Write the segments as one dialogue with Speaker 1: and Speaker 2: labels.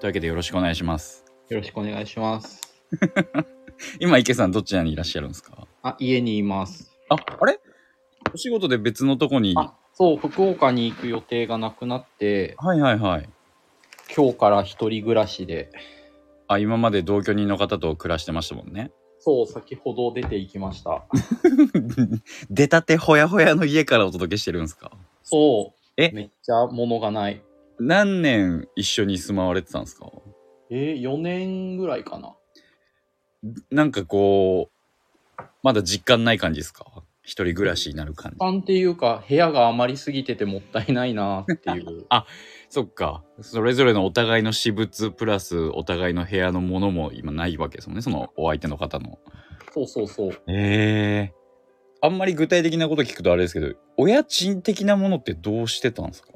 Speaker 1: というわけでよろしくお願いします。
Speaker 2: よろしくお願いします。
Speaker 1: 今、池さんどちらにいらっしゃるんですか
Speaker 2: あ、家にいます。
Speaker 1: あ、あれお仕事で別のとこに。
Speaker 2: あ、そう、福岡に行く予定がなくなって、
Speaker 1: はいはいはい。
Speaker 2: 今日から一人暮らしで、
Speaker 1: あ、今まで同居人の方と暮らしてましたもんね。
Speaker 2: そう、先ほど出て行きました。
Speaker 1: 出たてほやほやの家からお届けしてるんですか
Speaker 2: そう。
Speaker 1: え
Speaker 2: めっちゃ物がない。
Speaker 1: 何年一緒に住まわれてたんですか
Speaker 2: えー、4年ぐらいかな。
Speaker 1: なんかこう、まだ実感ない感じですか一人暮らしになる感じ。
Speaker 2: パンっていうか、部屋が余りすぎててもったいないなっていう。
Speaker 1: そっか。それぞれのお互いの私物プラスお互いの部屋のものも今ないわけですもんね。そのお相手の方の。
Speaker 2: そうそうそう。
Speaker 1: ええあんまり具体的なこと聞くとあれですけど、お家賃的なものってどうしてたんですか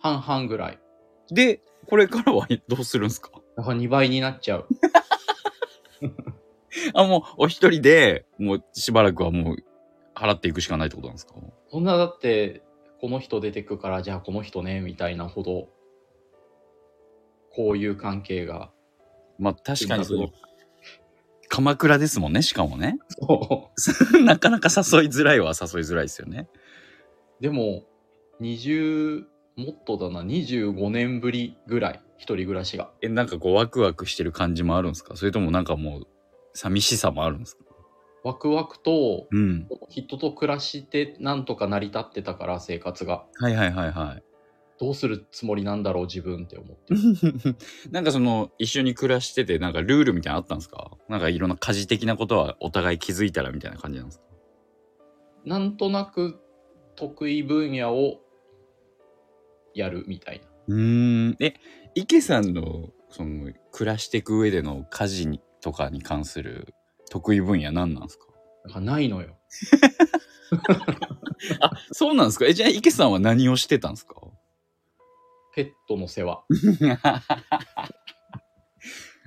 Speaker 2: 半々ぐらい。
Speaker 1: で、これからはどうするんですか
Speaker 2: だから2倍になっちゃう。
Speaker 1: あ、もうお一人で、もうしばらくはもう払っていくしかないってことなんですか
Speaker 2: そんなだって、この人出てくから、じゃあこの人ね、みたいなほど、こういう関係が。
Speaker 1: まあ確かにその、鎌倉ですもんね、しかもね。
Speaker 2: そ
Speaker 1: なかなか誘いづらいは誘いづらいですよね。
Speaker 2: う。でも、20、もっとだな、25年ぶりぐらい、一人暮らしが。
Speaker 1: え、なんかこうワクワクしてる感じもあるんですかそれともなんかもう寂しさもあるんですか
Speaker 2: ワクワクと、
Speaker 1: うん。
Speaker 2: 人と暮らしてなんとか成り立ってたから、生活が。
Speaker 1: はいはいはいはい。
Speaker 2: どうするつもりなんだろう、自分って思ってる。
Speaker 1: なんかその一緒に暮らしててなんかルールみたいなのあったんですかなんかいろんな家事的なことはお互い気づいたらみたいな感じなんですか
Speaker 2: なんとなく、得意分野を、やるみたいな。
Speaker 1: うーんえ池さんのその暮らしていく上での家事にとかに関する得意分野何なんですか
Speaker 2: なんかないのよ。
Speaker 1: あそうなんですかえじゃあ池さんは何をしてたんですか
Speaker 2: ペットの世話。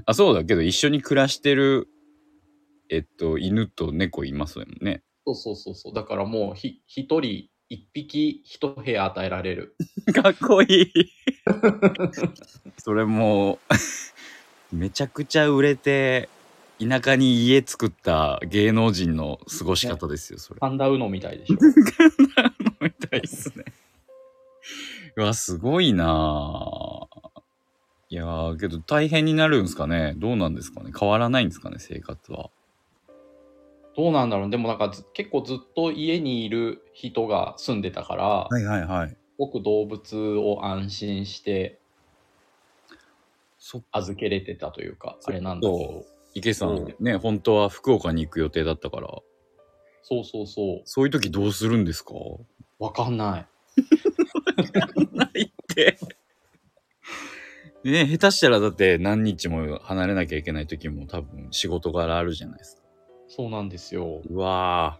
Speaker 1: あそうだけど一緒に暮らしてるえっと犬と猫いますよね
Speaker 2: そうそうそうそう。だからもうひ、一人、一匹、一部屋与えられる。
Speaker 1: かっこいいそれもうめちゃくちゃ売れて田舎に家作った芸能人の過ごし方ですよ、それ
Speaker 2: パンダウノみたいでしょ。
Speaker 1: みたいっすね。うわ、すごいなぁ。いやー、けど大変になるんですかね。どうなんですかね。変わらないんですかね、生活は。
Speaker 2: どうなんだろう。でもなんかず結構ずっと家にいる人が住んでたから、
Speaker 1: いはいはい。
Speaker 2: 僕動物を安心して
Speaker 1: そっか。
Speaker 2: 預けれてたというか、あれなんだけ
Speaker 1: そ
Speaker 2: ど。
Speaker 1: 池さん
Speaker 2: そ、
Speaker 1: ね、本当は福岡に行く予定だったから、
Speaker 2: そうそうそ
Speaker 1: そういう時どうするんですか
Speaker 2: う。わかんない。
Speaker 1: ないって。ね下手したらだって何日も離れなきゃいけない時も多分仕事柄あるじゃないですか。
Speaker 2: そうなんですよ。
Speaker 1: うわ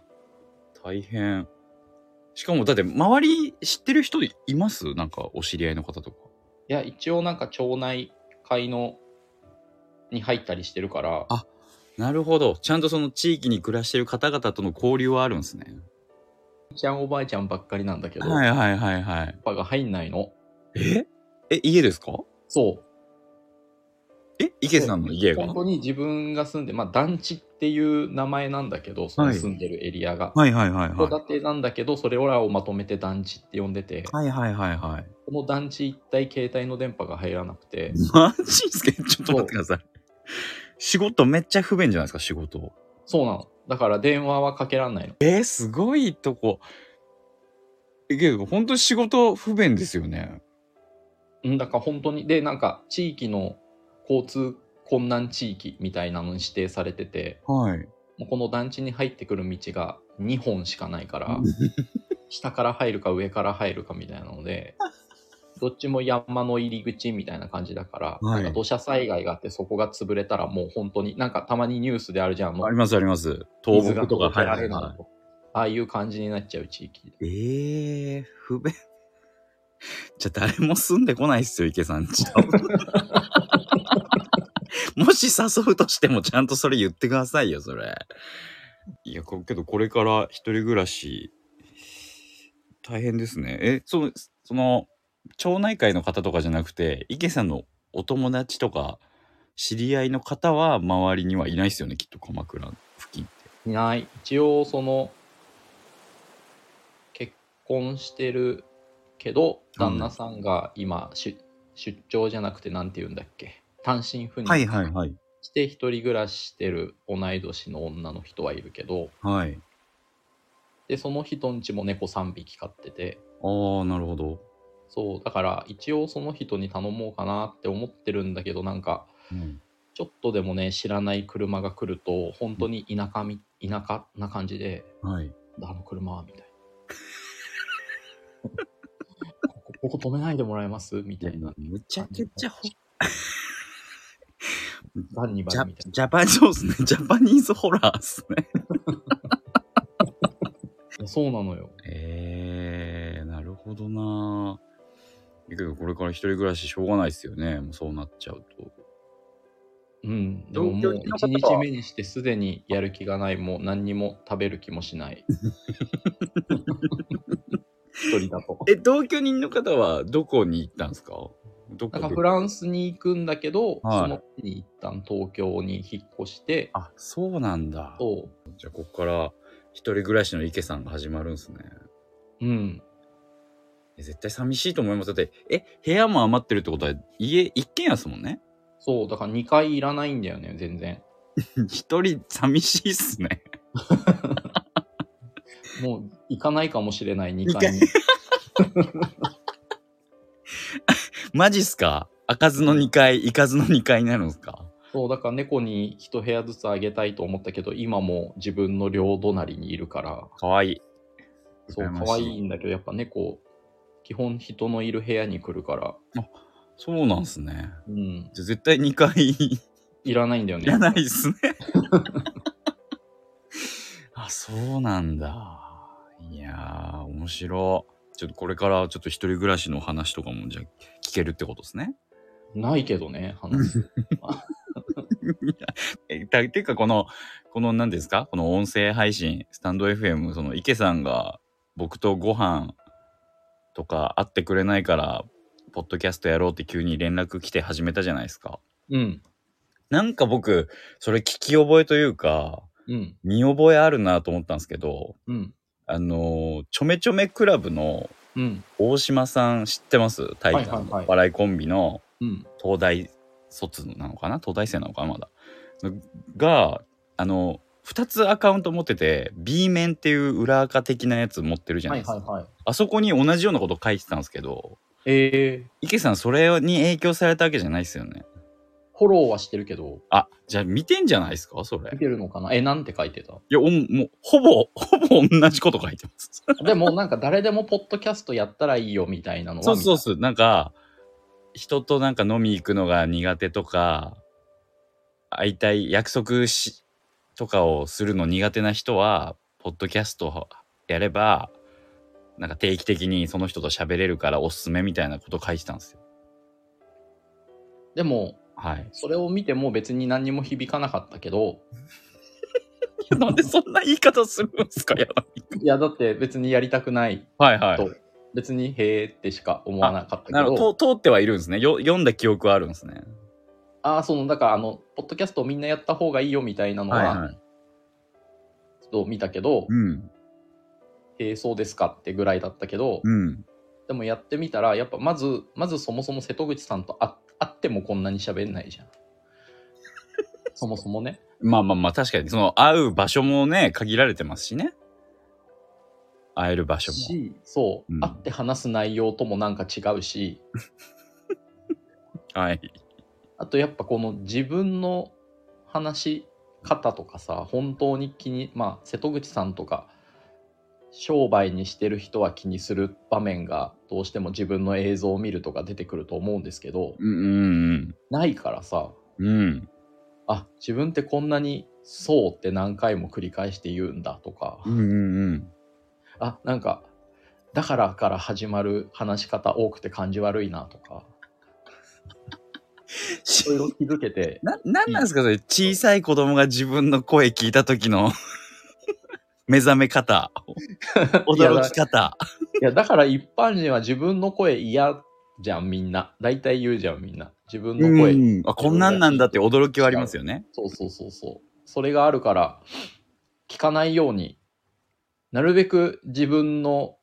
Speaker 1: ぁ、大変。しかも、だって、周り知ってる人いますなんか、お知り合いの方とか。
Speaker 2: いや、一応なんか町内会のに入ったりしてるから
Speaker 1: あ、なるほど。ちゃんとその地域に暮らしてる方々との交流はあるんですね。
Speaker 2: おじちゃんおばあちゃんばっかりなんだけど、
Speaker 1: はいはいはいはい。
Speaker 2: パパが入んないの。
Speaker 1: ええ、家ですか
Speaker 2: そう。
Speaker 1: え、池さんの家が
Speaker 2: 本当に自分が住んで、まあ、団地っていう名前なんだけど、その住んでるエリアが。
Speaker 1: はいはいはい
Speaker 2: 戸、
Speaker 1: は
Speaker 2: 建てなんだけど、それらをまとめて団地って呼んでて、
Speaker 1: い。はいはいはいはい。
Speaker 2: この団地一体携帯の電波が入らなくて、
Speaker 1: マジっすかちょっと待ってください。仕事めっちゃ不便じゃないですか、仕事。
Speaker 2: そうなの。だから電話はかけらんないの。
Speaker 1: えー、すごいとこ。え、けど、本当に仕事不便ですよね。
Speaker 2: うん、だから本当に、で、なんか地域の交通困難地域みたいなのに指定されてて、
Speaker 1: はい。
Speaker 2: もうこの団地に入ってくる道が2本しかないから、下から入るか上から入るかみたいなので、どっちも山の入り口みたいな感じだから、
Speaker 1: はい
Speaker 2: なんか土砂災害があってそこが潰れたらもう本当に、なんかたまにニュースであるじゃん、も
Speaker 1: あ
Speaker 2: う
Speaker 1: りますあります。倒木
Speaker 2: 水が
Speaker 1: とか
Speaker 2: 溶け
Speaker 1: 入
Speaker 2: ら
Speaker 1: ら
Speaker 2: れ
Speaker 1: れ
Speaker 2: な
Speaker 1: ない
Speaker 2: と。ああいう感じになっちゃう地域。
Speaker 1: い。ええー、不便。 じゃあ誰も住んでこないっすよ、池さんち。 もし誘うとしてもちゃんとそれ言ってくださいよ、それ。いや、こけどこれから一人暮らし、大変ですね。え、そう、その、町内会の方とかじゃなくて、池さんのお友達とか知り合いの方は周りにはいないですよねきっと鎌倉付近って。
Speaker 2: いない。一応、その、結婚してるけど、旦那さんが今、出出張じゃなくて、なんて言うんだっけ。単身赴任
Speaker 1: はいはい。
Speaker 2: して一人暮らししてる同い年の女の人はいるけど、
Speaker 1: はい。
Speaker 2: で、その人んちも猫3匹飼ってて、
Speaker 1: ああなるほど。
Speaker 2: そう、だから一応その人に頼もうかなって思ってるんだけど、なんか、
Speaker 1: うん、
Speaker 2: ちょっとでもね、知らない車が来ると、本当に田舎み、田舎な感じで、
Speaker 1: はい。
Speaker 2: あの車はみたいな。ここここ止めないでもらえますみたいな。
Speaker 1: むちゃくちゃほ
Speaker 2: バンニバ
Speaker 1: ジャ
Speaker 2: ンみたい
Speaker 1: ジャパニーズ ね。ジャパニーズホラーっすね。
Speaker 2: な。そうなのよ。
Speaker 1: えー、なるほどな。だけどこれから一人暮らししょうがないですよね。もうそうなっちゃうと。
Speaker 2: うん。でももう
Speaker 1: 同居の
Speaker 2: 1
Speaker 1: 方は
Speaker 2: 日目にしてすでにやる気がない、もう何にも食べる気もしない。一人だと。
Speaker 1: え、同居人の方はどこに行ったんですかどこ
Speaker 2: なんかフランスに行くんだけど、
Speaker 1: はい
Speaker 2: その時に一旦東京に引っ越して、
Speaker 1: あ、そうなんだ。
Speaker 2: そ
Speaker 1: じゃあここから一人暮らしの池さんが始まるんですね。
Speaker 2: う。うん。
Speaker 1: え絶対寂しいと思います。だって、え、部屋も余ってるってことは家、一軒家ですもん ね。
Speaker 2: そう、だから2回いらないんだよね、全然。
Speaker 1: 一人寂しいっすね。
Speaker 2: もう行かないかもしれない、2回に。
Speaker 1: マジっすか開かずの2階、行かずの2階になるんですか
Speaker 2: そう、だから猫に一部屋ずつあげたいと思ったけど、今も自分の両隣にいるから、
Speaker 1: かわいい。
Speaker 2: そう、
Speaker 1: 羨ましい
Speaker 2: 可愛いんだけど、やっぱ猫、基本人のいる部屋に来るから、
Speaker 1: そうなんすね。
Speaker 2: うん、
Speaker 1: じゃあ絶対2階い
Speaker 2: いらないんだよね。
Speaker 1: らないっす ね。あ、そうなんだ。いやー、面白い。ちょっとこれからちょっと一人暮らしの話とかもじゃあ聞けるってことですね。
Speaker 2: ないけどね、話 す。
Speaker 1: え、だていうかこの、この何ですかこの音声配信、スタンド FM、その池さんが僕とご飯とか会ってくれないから、ポッドキャストやろうって急に連絡来て始めたじゃないですか。
Speaker 2: うん、
Speaker 1: なんか僕、それ聞き覚えというか、
Speaker 2: うん、
Speaker 1: 見覚えあるなと思ったんですけど、
Speaker 2: うん、
Speaker 1: あのーちょめちょめクラブの
Speaker 2: うん、
Speaker 1: 大島さん知ってますタイタ
Speaker 2: はい
Speaker 1: ン
Speaker 2: はいは
Speaker 1: の
Speaker 2: い
Speaker 1: 笑いコンビの
Speaker 2: うん、
Speaker 1: 東大卒なのかな東大生なのかなまだがあの2つアカウント持ってて B 面っていう裏垢的なやつ持ってるじゃな
Speaker 2: はいい
Speaker 1: ですか、
Speaker 2: はいはい。
Speaker 1: あそこに同じようなこと書いてたんですけど
Speaker 2: えー、
Speaker 1: 池さんそれに影響されたわけじゃないですよね
Speaker 2: フォローはしてるけど、
Speaker 1: あじゃあ見てんじゃないですかそれ
Speaker 2: 見
Speaker 1: い
Speaker 2: てるのかなえ、なんて書いてた
Speaker 1: やおんもうほぼほぼ同じこと書いてます
Speaker 2: でもなんか誰でもポッドキャストやったらいいよみたいなのは。
Speaker 1: そうそうそう。なんか、人となんか飲み行くのが苦手とか、会いたい約束し、とかをするの苦手な人は、ポッドキャストをやれば、なんか定期的にその人と喋れるからおすすめみたいなこと書いてたんですよ。
Speaker 2: でも、
Speaker 1: はい。
Speaker 2: それを見ても別に何にも響かなかったけど、
Speaker 1: なんでそんな言い方するんですかやばい。
Speaker 2: いや、だって別にやりたくない。
Speaker 1: はいは
Speaker 2: と
Speaker 1: い。
Speaker 2: 別にへーってしか思わなかったけ
Speaker 1: なるほ
Speaker 2: ど、
Speaker 1: ど。通通ってはいるんですね。よ読んだ記憶はあるんですね。
Speaker 2: ああ、その、だからあの、ポッドキャストみんなやった方がいいよみたいなの
Speaker 1: はい
Speaker 2: は、
Speaker 1: はい。
Speaker 2: そう見たけど、
Speaker 1: うん。
Speaker 2: へえ、そうですかってぐらいだったけど、
Speaker 1: うん。
Speaker 2: でもやってみたら、やっぱまず、まずそもそも瀬戸口さんと会会ってもこんなに喋んない じゃん。そもそもね。
Speaker 1: まあまあまあ確かにその会う場所もね限られてますしね会える場所も
Speaker 2: し、そう、
Speaker 1: うん
Speaker 2: 会って話す内容ともなんか違うし、
Speaker 1: はい
Speaker 2: あとやっぱこの自分の話し方とかさ本当に気にまあ瀬戸口さんとか商売にしてる人は気にする場面がどうしても自分の映像を見るとか出てくると思うんですけど
Speaker 1: うんうん
Speaker 2: ないからさ
Speaker 1: うんうん
Speaker 2: あ自分ってこんなに「そう」って何回も繰り返して言うんだとか
Speaker 1: うんうんうん
Speaker 2: あなんか「だから」から始まる話し方多くて感じ悪いなとかいろいろ気づけて
Speaker 1: ななんなんですかそれ小さい子供が自分の声聞いた時の 目覚め 方驚き方
Speaker 2: いやだから一般人は自分の声嫌じゃんみんな大体言うじゃんみんな自分の声、
Speaker 1: うん、あこんなんなんだって驚きはありますよね。
Speaker 2: そうそうそうそうそれがあるから聞かないようになるべく自分の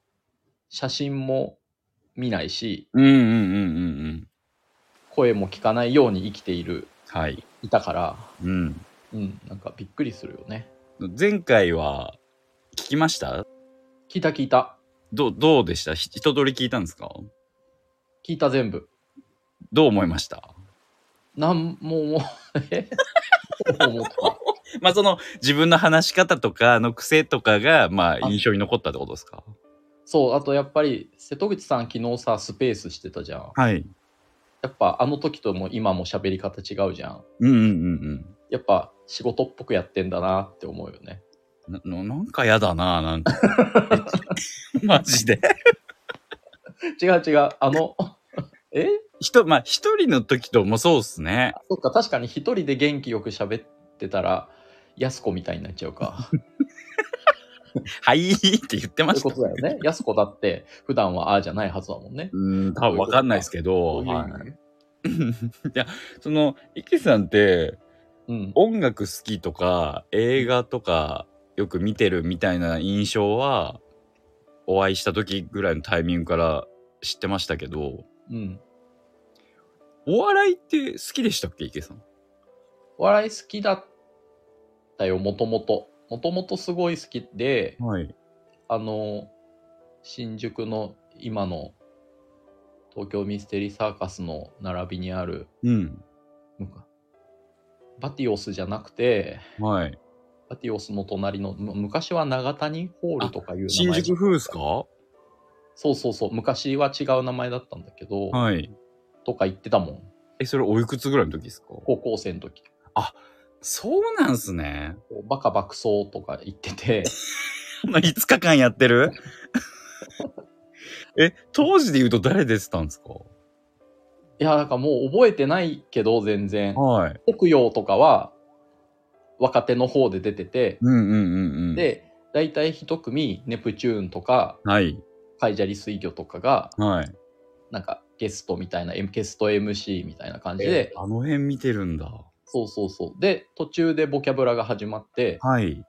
Speaker 2: 写真も見ないし
Speaker 1: うんうんうんうんうん。
Speaker 2: 声も聞かないように生きている
Speaker 1: はい。
Speaker 2: いたから
Speaker 1: うん。
Speaker 2: うんなんかびっくりするよね
Speaker 1: 前回は聞きました
Speaker 2: 聞いた聞いた
Speaker 1: どうどうでしたひ一通り聞いたんですか
Speaker 2: 聞いた全部
Speaker 1: どう思いました
Speaker 2: なんも思うえ どう思った
Speaker 1: まあその自分の話し方とかの癖とかがまあ
Speaker 2: あ
Speaker 1: 印象に残ったってことですか
Speaker 2: そうあとやっぱり瀬戸口さん昨日さスペースしてたじゃん
Speaker 1: はい。
Speaker 2: やっぱあの時とも今も喋り方違うじゃん
Speaker 1: うんうんうん
Speaker 2: やっぱ仕事っぽくやってんだなって思うよね
Speaker 1: うん。なななんかやだななんか。 マジで。
Speaker 2: 違う違う あのえ
Speaker 1: 人、まあ一人の時ともそうっすね。
Speaker 2: そっか確かに一人で元気よく喋ってたら安子みたいになっちゃう か
Speaker 1: はいって言って
Speaker 2: そ
Speaker 1: ま
Speaker 2: ういう
Speaker 1: した
Speaker 2: こ。とだよね安子だって普段はああじゃないはずだもんね
Speaker 1: うん、多分わかんないですけ
Speaker 2: そ
Speaker 1: ど。
Speaker 2: ういう意味
Speaker 1: は
Speaker 2: ね
Speaker 1: いいや、その、イキさんって、
Speaker 2: うん
Speaker 1: 音楽好きとか、映画とか、よく見てるみたいな印象は、お会いした時ぐらいのタイミングから知ってましたけど、
Speaker 2: うん
Speaker 1: お笑いって好きでしたっけ、池さん。
Speaker 2: お笑い好きだったよもともともともとすごい好きで
Speaker 1: はい。
Speaker 2: あの新宿の今の東京ミステリーサーカスの並びにある
Speaker 1: うん。
Speaker 2: なんかバティオスじゃなくて
Speaker 1: はい。
Speaker 2: バティオスの隣のむ昔は長谷ホールとかいう名前
Speaker 1: 新宿風ですか
Speaker 2: そうそうそう昔は違う名前だったんだけど、
Speaker 1: はい。
Speaker 2: とか言ってたもん
Speaker 1: え、それおいくつぐらいの時ですか
Speaker 2: 高校生の時
Speaker 1: そうなんすね。
Speaker 2: バカ爆走とか言ってて
Speaker 1: この5日間やってる え、当時で言うと誰出てたんですか
Speaker 2: いやなんかもう覚えてないけど全然
Speaker 1: はい。
Speaker 2: 北洋とかは若手の方で出てて、
Speaker 1: うんうんうんうん。、
Speaker 2: で大体一組ネプチューンとか
Speaker 1: はい。
Speaker 2: カイジャリ水魚とかが
Speaker 1: はい。
Speaker 2: なんかゲストみたいなえゲスト MC みたいな感じ
Speaker 1: で
Speaker 2: で、
Speaker 1: あの辺見てるんだ。
Speaker 2: そうそうそうで途中でボキャブラが始まって
Speaker 1: はい。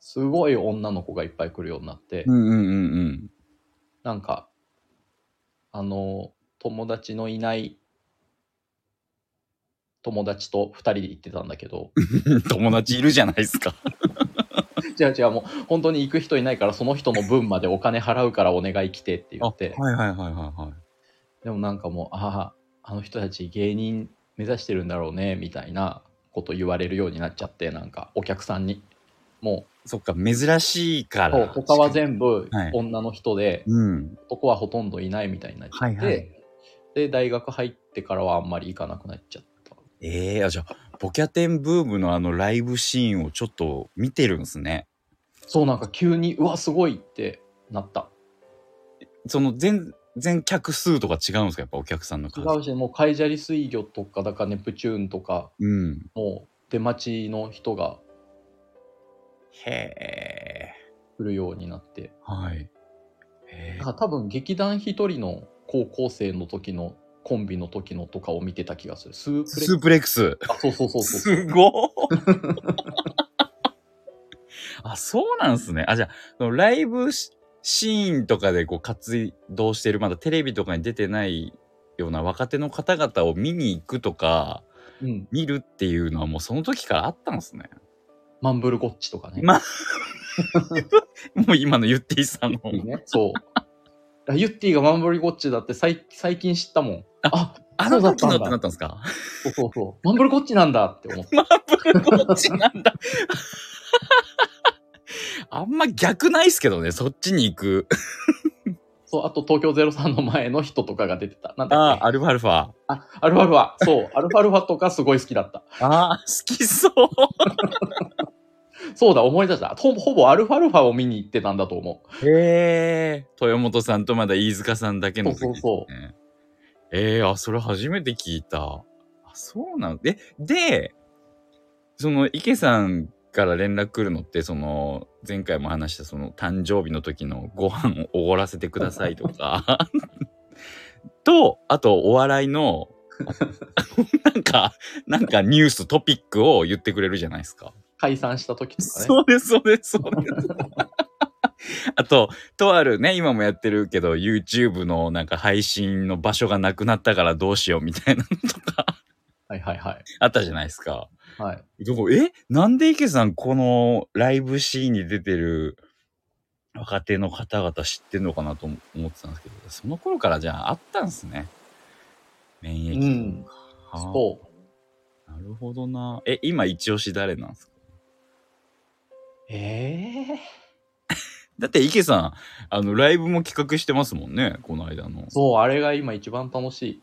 Speaker 2: すごい女の子がいっぱい来るようになって、
Speaker 1: うんうんうんうん。
Speaker 2: なんか、あの、友達のいない友達と2人で行ってたんだけど、
Speaker 1: 友達いるじゃないですか。
Speaker 2: 違う違う、もう本当に行く人いないから、その人の分までお金払うからお願い来てって言って、
Speaker 1: はいはいはいはいは
Speaker 2: でもなんかもう、ああ、あの人たち芸人目指してるんだろうね、みたいなこと言われるようになっちゃって、なんかお客さんに。も
Speaker 1: い。そっか、珍しいか
Speaker 2: う、そう
Speaker 1: ら。
Speaker 2: 他は全部
Speaker 1: はい
Speaker 2: 女の人で、
Speaker 1: うん。
Speaker 2: 男はほとんどいないみたいになっちゃって、
Speaker 1: はいはい
Speaker 2: で、大学入ってからはあんまり行かなくなっちゃった。
Speaker 1: ええあじゃあ、ボキャテンブームのあのライブシーンをちょっと見てるんですね。
Speaker 2: そうなんか急にうわすごいってなった
Speaker 1: その全、全客数とか違うんですかやっぱお客さんの
Speaker 2: 違
Speaker 1: 数。
Speaker 2: うしもうカイジャリ水魚とかだからネプチューンとか
Speaker 1: うん。
Speaker 2: もう出待ちの人が
Speaker 1: へえ。
Speaker 2: 来るようになって
Speaker 1: はい。へ
Speaker 2: だ
Speaker 1: え
Speaker 2: から多分劇団一人の高校生の時のコンビの時のとかを見てた気がするスープレ
Speaker 1: スープレックス。
Speaker 2: あそうそうそうそう
Speaker 1: すごっあ、そうなんすね。あ、じゃあ、そのライブシシーンとかでこう活動してる、まだテレビとかに出てないような若手の方々を見に行くとか、
Speaker 2: うん
Speaker 1: 見るっていうのはもうその時からあったんすね。
Speaker 2: マンブルゴッチとかね
Speaker 1: まもう今のゆってぃさんの。
Speaker 2: ねそうだからユッティがマンブルゴッチだって最最近知ったもんあ
Speaker 1: あの時のって
Speaker 2: そう
Speaker 1: な
Speaker 2: だ
Speaker 1: ったんですか
Speaker 2: そうそうそうマンブルゴッチなんだって思って
Speaker 1: マンブル こっちなんだ。あんま逆ないっすけどね、そっちに行く。
Speaker 2: そうあと東京03の前の人とかが出てたなんだっけ
Speaker 1: ああ、アルファアルファ。
Speaker 2: あ、アルファルファ。そう、アルファルファとかすごい好きだった。
Speaker 1: ああ、好きそう。
Speaker 2: そうだ、思い出した。ほほぼアルファルファを見に行ってたんだと思う。
Speaker 1: へえ。豊本さんとまだ飯塚さんだけの時
Speaker 2: そうそう
Speaker 1: ですねええあ、それ初めて聞いた。あ、そうなんで、で、その池さんから連絡来るのって、その、前回も話した その誕生日の時のご飯をおごらせてくださいとか、と、あとお笑いの、なんか、なんかニュース、トピックを言ってくれるじゃないですか。
Speaker 2: 解散した時とかね。
Speaker 1: そうです、そうです、そうです。あと、とあるね、今もやってるけど、YouTube のなんか配信の場所がなくなったからどうしようみたいなのとか、
Speaker 2: はいはいはい。
Speaker 1: あったじゃないですか。
Speaker 2: はい。
Speaker 1: どこえなんで池さんこのライブシーンに出てる若手の方々知ってんのかなと思思ってたんですけど、その頃からじゃああったんすね。免
Speaker 2: う
Speaker 1: 疫。
Speaker 2: ん。
Speaker 1: あー
Speaker 2: そう。
Speaker 1: なるほどな。え、今一押し誰なんですか
Speaker 2: ええ
Speaker 1: だって池さん、あの、ライブも企画してますもんね、この間の。
Speaker 2: そう、あれが今一番楽しい。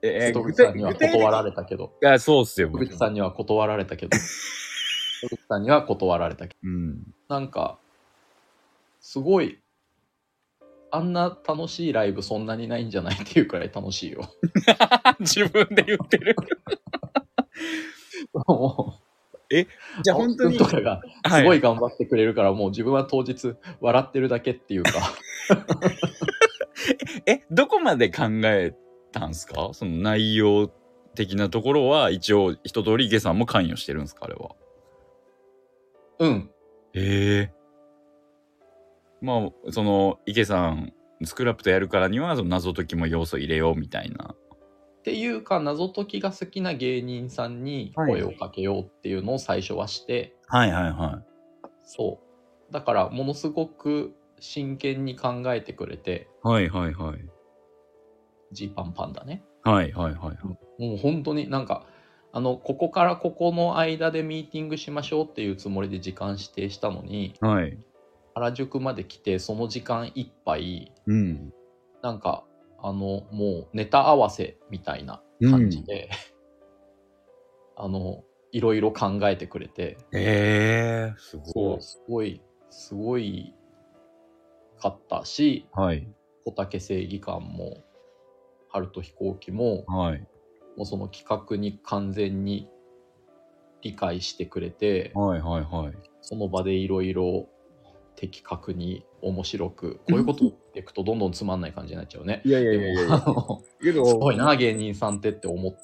Speaker 1: え
Speaker 2: 瀬戸口さんには断られたけど。
Speaker 1: いや、そうっすよ。
Speaker 2: 瀬戸口さんには断られたけ ど。瀬戸口さんには断られたけど。
Speaker 1: うん。
Speaker 2: なんか、すごい、あんな楽しいライブそんなにないんじゃないっていうくらい楽しいよ。
Speaker 1: 自分で言ってる。
Speaker 2: も
Speaker 1: じ
Speaker 2: う、
Speaker 1: ゃあ本当に
Speaker 2: と。かがすごい頑張ってくれるから、もう自分は当日笑ってるだけっていうか。
Speaker 1: え、どこまで考えたんすかその内容的なところは一応一通り池さんも関与してるんですかあれは。
Speaker 2: うん。
Speaker 1: ええまあ、その池さん、スクラップとやるからにはその謎解きも要素入れようみたいな。
Speaker 2: っていうか、謎解きが好きな芸人さんに声をかけようっていうのを最初はして、
Speaker 1: はいはいは
Speaker 2: そう。だから、ものすごく真剣に考えてくれて、
Speaker 1: い。はいはいはい。
Speaker 2: ジーパンパンだね。
Speaker 1: はいはいはい。
Speaker 2: もう本当になんか、あの、ここからここの間でミーティングしましょうっていうつもりで時間指定したのに、
Speaker 1: はい。
Speaker 2: 原宿まで来て、その時間いっぱい、
Speaker 1: うん。
Speaker 2: なんか、あの、もうネタ合わせみたいな感じで、あの、いろいろ考えてくれて、
Speaker 1: ええす
Speaker 2: そ、。
Speaker 1: ごいう
Speaker 2: すごい、すごい、かったし、
Speaker 1: はい。
Speaker 2: 小竹正義感も、春と飛行機も、
Speaker 1: はい。
Speaker 2: もうその企画に完全に理解してくれて、
Speaker 1: はいはいはい。
Speaker 2: その場でいろいろ的確に面白く、こういうことっていくとどんどんつまんない感じになっちゃうね。
Speaker 1: いやい
Speaker 2: でも あの
Speaker 1: け ど
Speaker 2: すごいな、芸人さんってって思った。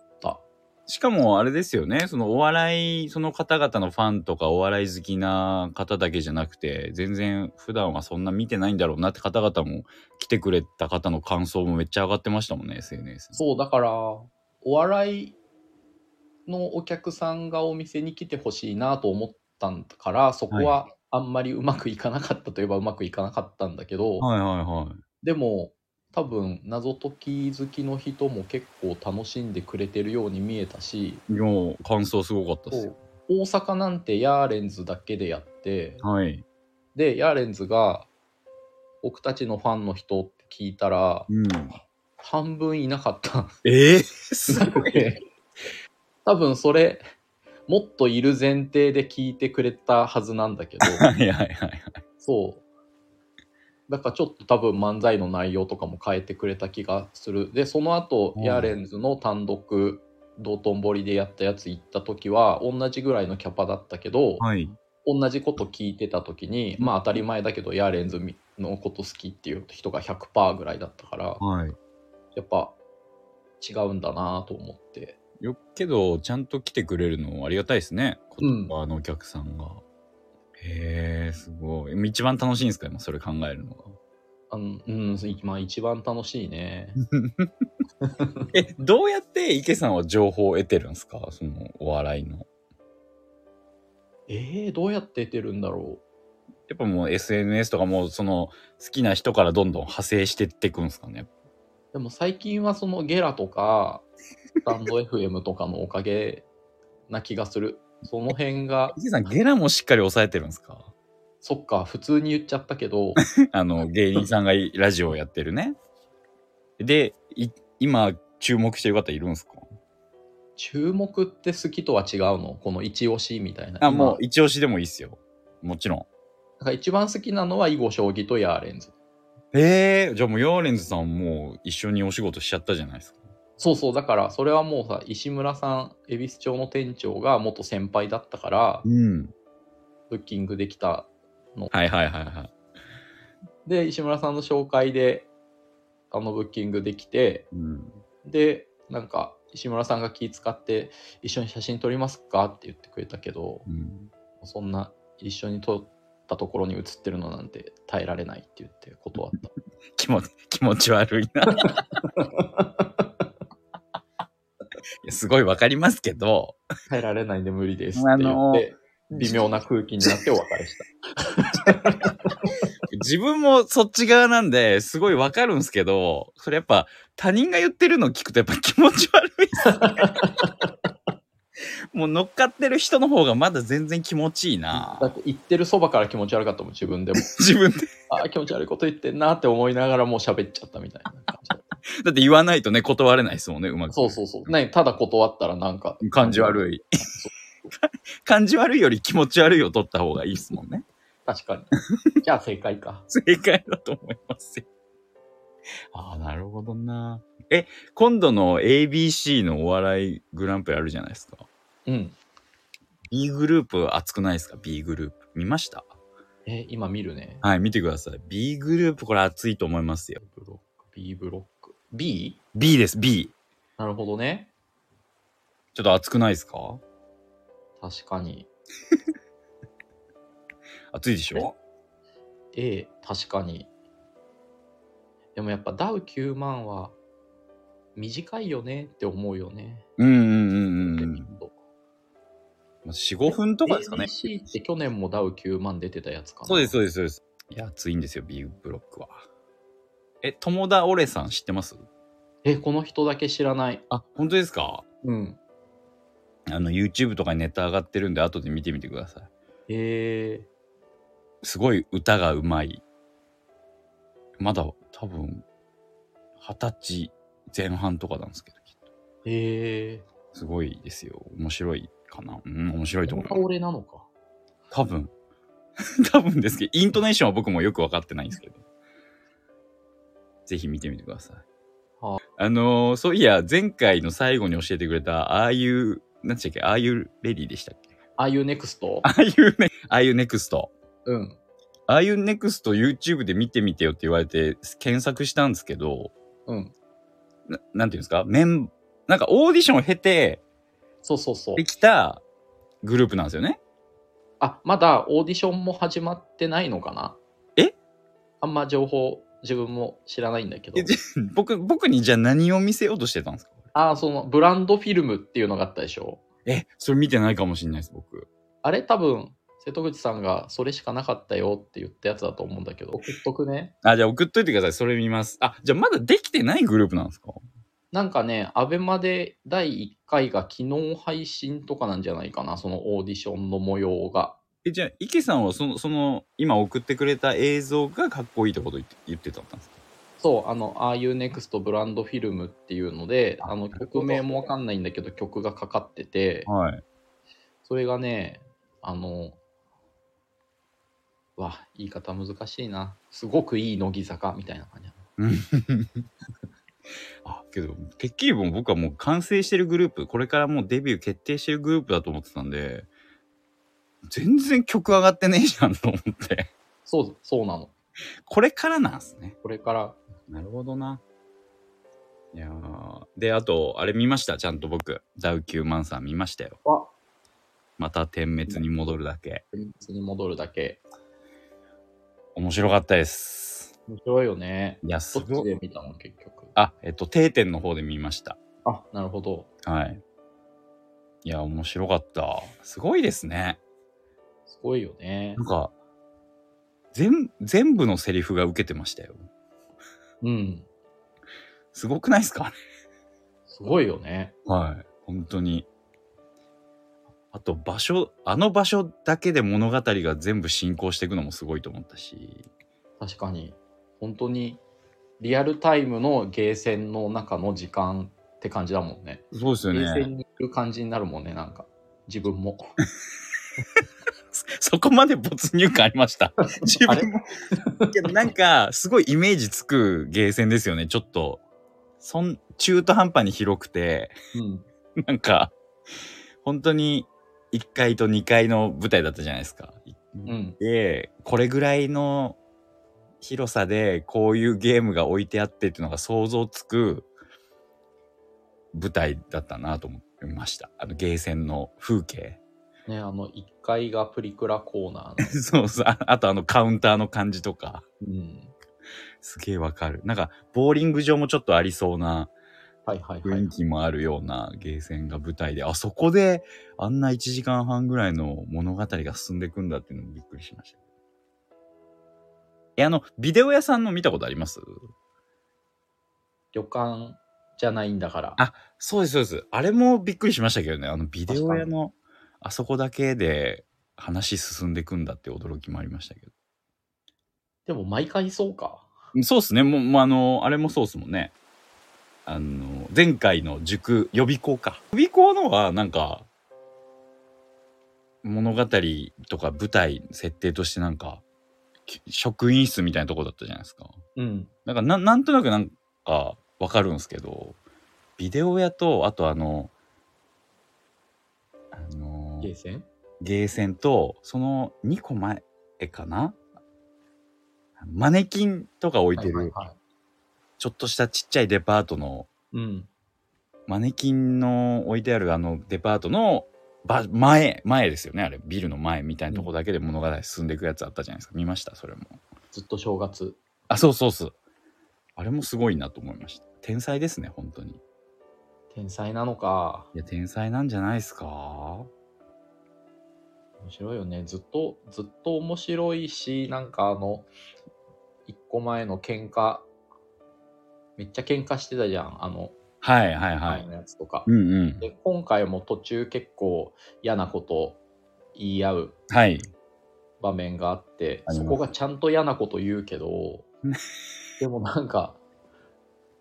Speaker 1: しかもあれですよね、そのお笑い、その方々のファンとかお笑い好きな方だけじゃなくて、全然普段はそんな見てないんだろうなって方々も来てくれた方の感想もめっちゃ上がってましたもんね、SNS。
Speaker 2: そう、だから、お笑いのお客さんがお店に来てほしいなと思ったんだから、そこはあんまりうまくいかなかったといえばうまくいかなかったんだけど、
Speaker 1: はいはいはい。
Speaker 2: でも多分謎解き好きの人も結構楽しんでくれてるように見えたし
Speaker 1: いや、感想すごかったですよ。
Speaker 2: 大阪なんてヤーレンズだけでやって
Speaker 1: はい。
Speaker 2: でヤーレンズが僕たちのファンの人って聞いたら
Speaker 1: うん。
Speaker 2: 半分いな かった
Speaker 1: ええす ごい。
Speaker 2: 多分それもっといる前提で聞いてくれたはずなんだけど
Speaker 1: はいはいはい。
Speaker 2: そうだからちょっと多分漫才の内容とかも変えてくれた気がするでその後、
Speaker 1: うん
Speaker 2: ヤーレンズの単独道頓堀でやったやつ行った時は同じぐらいのキャパだったけど、
Speaker 1: はい。
Speaker 2: 同じこと聞いてた時にまあ当たり前だけどヤーレンズのこと好きっていう人が100%ぐらいだったから
Speaker 1: はい。
Speaker 2: やっぱ違うんだなと思って
Speaker 1: よけど、ちゃんと来てくれるのありがたいですね。こ
Speaker 2: うん
Speaker 1: あのお客さんが。へえ、すごい。一番楽しいんですか今、それ考えるのが。
Speaker 2: あのうん今一番楽しいね
Speaker 1: え、どうやって池さんは情報を得てるんですかそのお笑いの。
Speaker 2: えー、どうやって出るんだろ
Speaker 1: やっぱもう SNS とかもうその好きな人からどんどん派生してってくんですかね。
Speaker 2: うでも最近はそのゲラとかスタンド FM とかのおかげな気がするその辺が
Speaker 1: 池さん、ゲラもしっかり抑えてるんですか
Speaker 2: そっか普通に言っちゃったけど
Speaker 1: あの、芸人さんがいラジオをやってるね。で、い今、注目してる方いるんですか
Speaker 2: 注目って好きとは違うのこの一押しみたいな
Speaker 1: あ、もう
Speaker 2: 今、
Speaker 1: 一押しでもいいっすよ。もちろん。
Speaker 2: なんか一番好きなのは囲碁将棋とヤーレンズ
Speaker 1: えー、じゃあもうヤーレンズさんもう一緒にお仕事しちゃったじゃないですか。
Speaker 2: そうそうだからそれはもうさ石村さん恵比寿町の店長が元先輩だったから
Speaker 1: うん。
Speaker 2: ブッキングできた
Speaker 1: はいはいはいはい。
Speaker 2: で石村さんの紹介であのブッキングできて
Speaker 1: うん。
Speaker 2: でなんか石村さんが気使って「一緒に写真撮りますか?」って言ってくれたけど
Speaker 1: うん。
Speaker 2: そんな一緒に撮ったところに写ってるのなんて耐えられないって言って断 った
Speaker 1: 気持ち、気持ち悪 いな。いやすごいわかりますけど、
Speaker 2: 耐えられないんで無理ですって言って、微妙な空気になってお別れした。
Speaker 1: 自分もそっち側なんで、すごいわかるんですけど、それやっぱ他人が言ってるの聞くとやっぱ気持ち悪いですね。 もう乗っかってる人の方がまだ全然気持ちいい な
Speaker 2: だ。って言ってるそばから気持ち悪かったもん、自分でも。
Speaker 1: 自分で。
Speaker 2: ああ、気持ち悪いこと言ってんなって思いながらもう喋っちゃったみたいな感 じだった。
Speaker 1: だって言わないとね、断れないですもんね、うまく。
Speaker 2: そうそうそう。ね、ただ断ったらなんか。
Speaker 1: 感じ悪い。 感じ悪いより気持ち悪いを取った方がいいですもんね。
Speaker 2: 確かに。じゃあ正解か。
Speaker 1: 正解だと思いますよ。ああ、なるほどな。え、今度の ABC のお笑いグランプリあるじゃないですか。
Speaker 2: うん。
Speaker 1: B グループ熱くないですか ?B グループ。見ました
Speaker 2: え、今見るね。
Speaker 1: はい、見てください。B グループこれ熱いと思いますよ。
Speaker 2: ブロック、B ブロック。B?
Speaker 1: B です、B。
Speaker 2: なるほどね。
Speaker 1: ちょっと熱くないですか
Speaker 2: 確かに。
Speaker 1: 熱いでしょ
Speaker 2: A、確かに。でもやっぱダウ9万は短いよねって思うよね。
Speaker 1: うんうんうんう
Speaker 2: で
Speaker 1: ん
Speaker 2: 見ると
Speaker 1: まあ。4、5分とかですかね。
Speaker 2: ABC って去年もダウ9万出てたやつかな。
Speaker 1: そうです、そうです、そうです。いや、熱いんですよ、B ブロックは。え、友田オレさん知ってます
Speaker 2: え、この人だけ知らない。
Speaker 1: あ、本当ですか
Speaker 2: うん。
Speaker 1: あの、YouTube とかにネタ上がってるんで、後で見てみてください。
Speaker 2: えー、
Speaker 1: すごい歌がうまい。まだ、多分、二十歳前半とかなんですけど、きっ
Speaker 2: え
Speaker 1: とすごいですよ。面白いかな。うん、面白い
Speaker 2: ー、
Speaker 1: と
Speaker 2: こ
Speaker 1: 思
Speaker 2: の
Speaker 1: い
Speaker 2: 香
Speaker 1: ます。
Speaker 2: 俺なのか。
Speaker 1: 多分。 多分ですけど、イントネーションは僕もよく分かってないんですけど。ぜひ見てみてください。
Speaker 2: は
Speaker 1: あのーそういや、前回の最後に教えてくれた、ああいう、なんちゃっけ、ああいうレディでしたっけ
Speaker 2: ああいうネク スト
Speaker 1: ああいうね、ああいうネクスト。
Speaker 2: うん。
Speaker 1: ああいうネクスト YouTube で見てみてよって言われて検索したんですけど、
Speaker 2: うん。
Speaker 1: ななんていうんですかメン、なんかオーディションを経て
Speaker 2: そうそうそう
Speaker 1: で。きたグループなんですよね。
Speaker 2: あ、まだオーディションも始まってないのかな
Speaker 1: え
Speaker 2: あんま情報自分も知らないんだけど
Speaker 1: え。じ僕、僕にじゃあ何を見せようとしてたんですか
Speaker 2: ああ、そのブランドフィルムっていうのがあったでしょ
Speaker 1: え、それ見てないかもしれないです、僕。
Speaker 2: あれ多分、瀬戸口さんがそれしかなかったよって言ったやつだと思うんだ けど、送っとくね。
Speaker 1: あ、じゃあ送っといてください。それ見ます。あ、じゃあまだできてないグループなんですか
Speaker 2: なんかね、アベマで第1回が昨日配信とかなんじゃないかな、そのオーディションの模様が。
Speaker 1: え、じゃあ、池さんはその、その、今送ってくれた映像がかっこいいってこと言って言ってたんですか
Speaker 2: そう、あの、ああいう NEXT ブランドフィルムっていうので、あの
Speaker 1: なるほど
Speaker 2: 曲名もわかんないんだけど、曲がかかってて、
Speaker 1: はい。
Speaker 2: それがね、あの、うわ、言い方難しいな。すごくいい乃木坂みたいな感じ。
Speaker 1: あけどてっきりもう僕はもう完成してるグループこれからもうデビュー決定してるグループだと思ってたんで全然曲上がってねえじゃんと思って
Speaker 2: そう、そうなの。
Speaker 1: これからなんすね
Speaker 2: これから、
Speaker 1: なるほどないやーであとあれ見ましたちゃんと僕ダウ9万さん見ましたよ
Speaker 2: は、
Speaker 1: また点滅に戻るだけ
Speaker 2: に戻るだけ。
Speaker 1: 面白かったです
Speaker 2: 面白いよね。
Speaker 1: いやす
Speaker 2: どっち
Speaker 1: ごい
Speaker 2: で見たの、結局。
Speaker 1: あえっと定点の方で見ました
Speaker 2: あ、なるほど。
Speaker 1: はいいや面白かったすごいですね
Speaker 2: すごいよね
Speaker 1: なん。か、全、全部のセリフが受けてましたよ。
Speaker 2: うん。
Speaker 1: すごくないですか
Speaker 2: すごいよね。
Speaker 1: はい。本当に。あと、場所、あの場所だけで物語が全部進行していくのもすごいと思ったし。
Speaker 2: 確かに。本当に、リアルタイムのゲーセンの中の時間って感じだもんね。
Speaker 1: そうですよ
Speaker 2: ゲーセ
Speaker 1: ね。
Speaker 2: ンにいる感じになるもんね、なんか。自分も。
Speaker 1: そこまで没入感ありました。 自分も。けどなんか、すごいイメージつくゲーセンですよね。ちょっと、そん、中途半端に広くて、
Speaker 2: うん。
Speaker 1: なんか、本当に1階と2階の舞台だったじゃないですか。
Speaker 2: うん。
Speaker 1: でこれぐらいの広さでこういうゲームが置いてあってっていうのが想像つく舞台だったなと思いました。あのゲーセンの風景。
Speaker 2: ね、あの1階がプリクラコーナーの、
Speaker 1: そうそう。ああとあのカウンターの感じとか。
Speaker 2: うん、
Speaker 1: すげえわかる。なんか、ボーリング場もちょっとありそうな
Speaker 2: はいはいは
Speaker 1: 雰囲
Speaker 2: い
Speaker 1: 気もあるようなゲーセンが舞台で、あそこであんな1時間半ぐらいの物語が進んでいくんだっていうのもびっくりしました。え、あの、ビデオ屋さんの見たことあります
Speaker 2: 旅館じゃないんだから
Speaker 1: あそうです、そうです。あれもびっくりしましたけどね。あの、ビデオ屋のあそこだけで話進んでいくんだって驚きもありましたけど。
Speaker 2: でも毎回そうか
Speaker 1: そうですね。もう、もうあの、あれもそうですもんね。あの、前回の塾、予備校か。予備校のは、なんか、物語とか舞台、設定としてなんか、き職員室みたいなとこだったじゃないですか。
Speaker 2: うん
Speaker 1: なんかな、なんとなくなんか、わかるんですけど、ビデオ屋と、あとあの、あの、
Speaker 2: ゲーセン
Speaker 1: ゲーセンと、その2個前かなマネキンとか置いてる、
Speaker 2: はいはいはい
Speaker 1: ちょっとしたちっちゃいデパートの、
Speaker 2: うん
Speaker 1: マネキンの置いてあるあのデパートのば前、前ですよね、あれ。ビルの前みたいなとこだけで物語進んでいくやつあったじゃないですか。見ましたそれも。
Speaker 2: ずっと正月
Speaker 1: あ、そうそうそう。あれもすごいなと思いました。天才ですね、本当に。
Speaker 2: 天才なのか
Speaker 1: いや、天才なんじゃないですか
Speaker 2: 面白いよねずっとずっと面白いしなんかあの一個前の喧嘩めっちゃ喧嘩してたじゃんあの
Speaker 1: はいはいは
Speaker 2: 前
Speaker 1: い。
Speaker 2: のやつとか、
Speaker 1: うんうん。
Speaker 2: で今回も途中結構嫌なこと言い合う
Speaker 1: はい。
Speaker 2: 場面があって
Speaker 1: あります
Speaker 2: そこがちゃんと嫌なこと言うけど でもなんか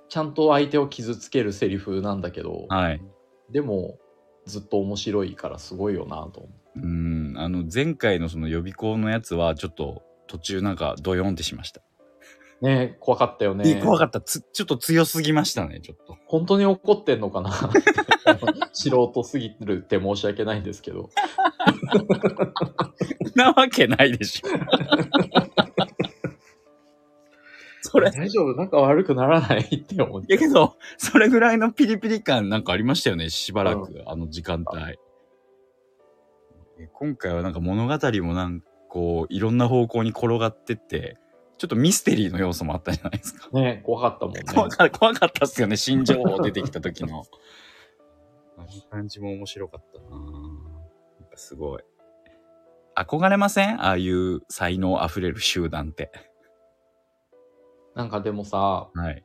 Speaker 2: ちゃんと相手を傷つけるセリフなんだけど、
Speaker 1: はい。
Speaker 2: でもずっと面白いからすごいよなと思う
Speaker 1: うん、あの前回のその予備校のやつはちょっと途中なんかドヨンってしました。
Speaker 2: ねえ怖かったよね
Speaker 1: え怖かったつ。ちょっと強すぎましたね、ちょっと。
Speaker 2: 本当に怒ってんのかな 素人すぎるって申し訳ないんですけど
Speaker 1: なわけないでしょ。それ、い
Speaker 2: 大丈夫なんか悪くならないって思って
Speaker 1: やけど、それぐらいのピリピリ感なんかありましたよね、しばらく、あの時間帯。え今回はなんか物語もなんかこう、いろんな方向に転がってって、ちょっとミステリーの要素もあったじゃないですか。
Speaker 2: ねえ怖かったもんね
Speaker 1: 怖か怖かったっすよね、新情 報出てきた時の。あの感じも面白かったなやっぱすごい。憧れませんああいう才能あふれる集団って。
Speaker 2: なんかでもさ
Speaker 1: はい。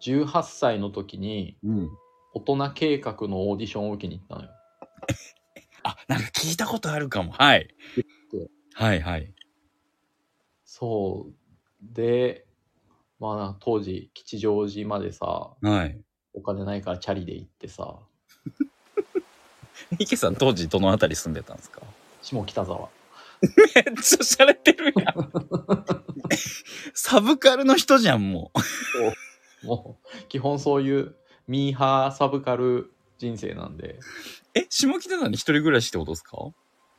Speaker 2: 18歳の時に
Speaker 1: うん。
Speaker 2: 大人計画のオーディションを受けに行ったのよ
Speaker 1: あ、なんか聞いたことあるかも。はい。はいはい。
Speaker 2: そう。で、まあ当時、吉祥寺までさ、
Speaker 1: はい。
Speaker 2: お金ないからチャリで行ってさ、
Speaker 1: 池さん当時どのあたり住んでたんですか
Speaker 2: 下北沢。
Speaker 1: めっちゃ洒落てるや ん。サブカルの人じゃん、もう。
Speaker 2: もう、基本そういうミーハーサブカル人生なんで、
Speaker 1: え、下北沢に一人暮らしってことですか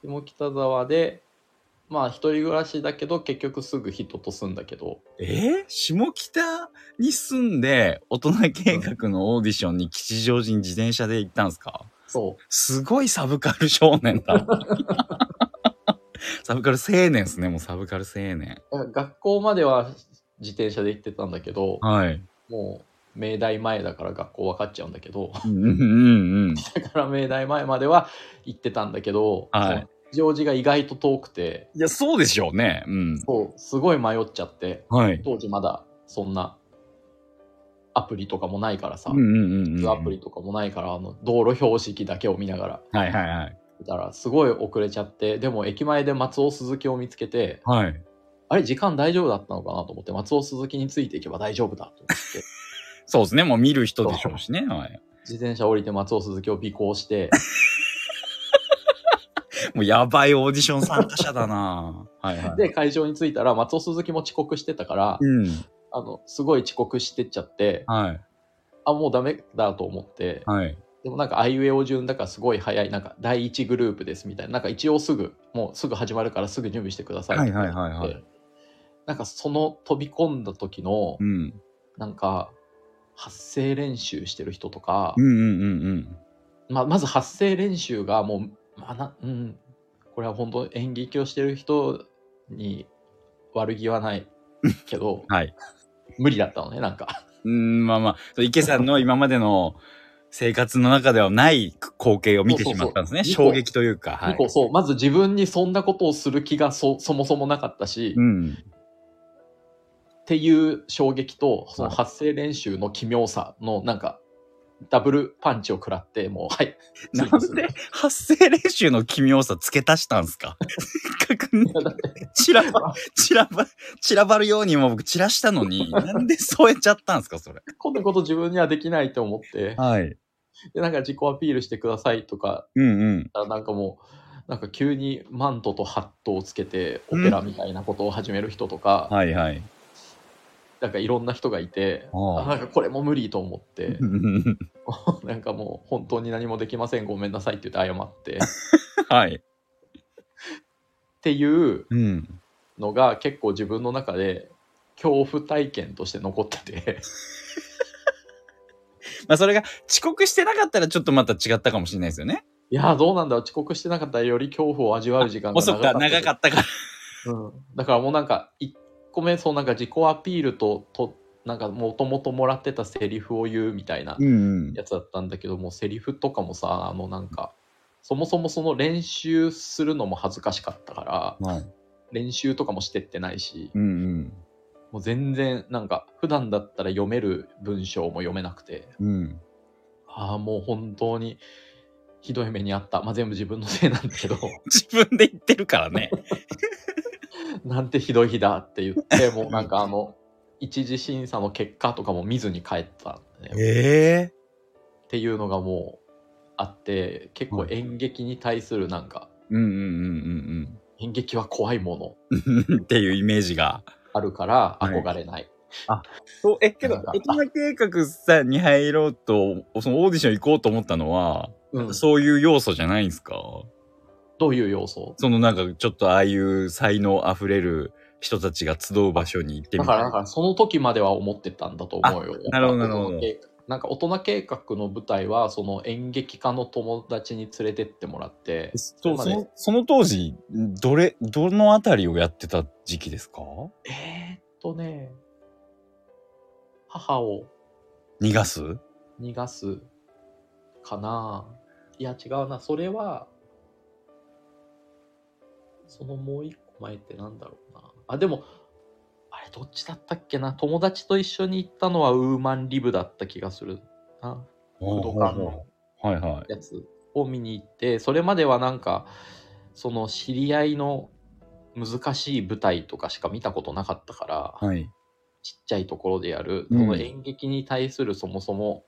Speaker 2: 下北沢で、まあ一人暮らしだけど、結局すぐ人と住んだけど、
Speaker 1: えー下北に住んで大人計画のオーディションに吉祥寺に自転車で行ったんですか
Speaker 2: そ
Speaker 1: すごいサブカル少年だ。 サブカル青年ですね、もうサブカル青年。
Speaker 2: う。だから学校までは自転車で行ってたんだけど、
Speaker 1: はい。
Speaker 2: もう、明大前だから学校分かっちゃうんだけど、
Speaker 1: うんうんうん。
Speaker 2: だから明大前までは行ってたんだけど、
Speaker 1: はい
Speaker 2: その吉祥寺が意外と遠くて、
Speaker 1: いや、そうでしょうね。うん。
Speaker 2: そう、すごい迷っちゃって、
Speaker 1: はい。
Speaker 2: 当時まだそんなアプリとかもないからさ、
Speaker 1: うんうんうんうん。
Speaker 2: アプリとかもないから、あの道路標識だけを見ながら、
Speaker 1: はいはいはい。
Speaker 2: いたらすごい遅れちゃって、でも駅前で松尾鈴木を見つけて、
Speaker 1: はい。
Speaker 2: あれ、時間大丈夫だったのかなと思って、松尾鈴木についていけば大丈夫だと思って、
Speaker 1: そうですね、もう見る人でしょうしね。はい。
Speaker 2: 自転車降りて松尾鈴木を尾行して、
Speaker 1: もうやばいオーディション参加者だ なはいはい。
Speaker 2: で、会場に着いたら松尾鈴木も遅刻してたから、
Speaker 1: うん。
Speaker 2: あの、すごい遅刻してっちゃって、
Speaker 1: はい。
Speaker 2: あ、もうダメだと思って、
Speaker 1: はい。
Speaker 2: でもなんかあいうえお順だからすごい早い、なんか第一グループですみたいな、なんか一応すぐ、もうすぐ始まるからすぐ準備してください
Speaker 1: はいはいはいはい
Speaker 2: って言ってなんかその飛び込んだ時の、
Speaker 1: うん。
Speaker 2: なんか、発声練習してる人とか、
Speaker 1: うんうんうんうん。
Speaker 2: まあ、まず発声練習がもう、まあなうん、これは本当演劇をしてる人に悪気はないけど
Speaker 1: はい。
Speaker 2: 無理だったのねなんか
Speaker 1: うーん、まあまあ、そう池さんの今までの生活の中ではない光景を見てしまったんですね。
Speaker 2: そうそうそう
Speaker 1: 衝撃というか。はい
Speaker 2: 結。構そうまず自分にそんなことをする気がそそもそもなかったし、
Speaker 1: う
Speaker 2: っ
Speaker 1: ん。
Speaker 2: ていう衝撃とその
Speaker 1: はい
Speaker 2: 発声練習の奇妙さのなんかダブルパンチを食らってもうはい
Speaker 1: なん
Speaker 2: そう
Speaker 1: で発声練習の奇妙さ付け足したんですか せっかくね
Speaker 2: そうだって
Speaker 1: 散らば、散らば、散らばるようにも僕散らしたのに、なんで添えちゃったんですか、それ。
Speaker 2: こんなこと自分にはできないと思って
Speaker 1: はい。
Speaker 2: でなんか自己アピールしてくださいとか
Speaker 1: うんうん。
Speaker 2: あなんかもうなんか急にマントとハットをつけてオペラみたいなことを始める人とか、
Speaker 1: はいはい。
Speaker 2: なんかいろんな人がいて
Speaker 1: ああ
Speaker 2: あなんかこれも無理と思って
Speaker 1: うん
Speaker 2: なんかもう本当に何もできませんごめんなさいって言って謝 ってっ
Speaker 1: はい。
Speaker 2: ていう
Speaker 1: うん。
Speaker 2: のが結構自分の中で恐怖体験として残ってて
Speaker 1: まあそれが遅刻してなかったらちょっとまた違ったかもしれないですよね。
Speaker 2: いやーどうなんだろう遅刻してなかったらより恐怖を味わう時間が
Speaker 1: 遅
Speaker 2: 長
Speaker 1: くか
Speaker 2: かった
Speaker 1: 長かったから。
Speaker 2: うん、だからもうなんか1個目そうなんか自己アピールととなんかもともともらってたセリフを言うみたいな
Speaker 1: うん
Speaker 2: やつだったんだけどもセリフとかもさあのなんかそもそもその練習するのも恥ずかしかったから
Speaker 1: はい。
Speaker 2: 練習とかもしてってないし
Speaker 1: うんうん。
Speaker 2: もう全然なんか普段だったら読める文章も読めなくて
Speaker 1: うん。
Speaker 2: ああもう本当にひどい目にあった、まあ、全部自分のせいなんだけど
Speaker 1: 自分で言ってるからね。
Speaker 2: なんてひどい日だって言 ってもうなんかあの一次審査の結果とかも見ずに帰ったんだよね
Speaker 1: ええ
Speaker 2: っていうのがもうあって結構演劇に対するなんか
Speaker 1: うんうんうん
Speaker 2: 演劇は怖いもの
Speaker 1: うんうん。っていうイメージが。
Speaker 2: あるから憧れない。
Speaker 1: そうえ、け
Speaker 2: な
Speaker 1: ど
Speaker 2: んか、
Speaker 1: 大人計画さに入ろうと、そのオーディション行こうと思ったのは、
Speaker 2: うん、
Speaker 1: そういう要素じゃないんですか
Speaker 2: どういう要素
Speaker 1: そのなんかちょっとああいう才能あふれる人たちが集う場所に行って
Speaker 2: だ
Speaker 1: み
Speaker 2: か
Speaker 1: た
Speaker 2: らだ
Speaker 1: い。
Speaker 2: からその時までは思ってたんだと思うよ。
Speaker 1: なるほどなるほど
Speaker 2: 大人計画なんか大人計画の舞台はその演劇家の友達に連れてってもらって
Speaker 1: そ
Speaker 2: ま
Speaker 1: う
Speaker 2: で
Speaker 1: そのその当時、どれ、どのあたりをやってた時期ですか
Speaker 2: えー、っとね母を
Speaker 1: 逃がす
Speaker 2: 逃がすかないや違うなそれはそのもう一個前ってなんだろうなあでもあれどっちだったっけな友達と一緒に行ったのはウーマンリブだった気がするな武道館の
Speaker 1: はいは
Speaker 2: やつを見に行ってそれまではなんかその知り合いの難しい舞台とかしか見たことなかったから、
Speaker 1: い。はい。
Speaker 2: ちっちゃいところでやる、
Speaker 1: うん
Speaker 2: その演劇に対するそもそも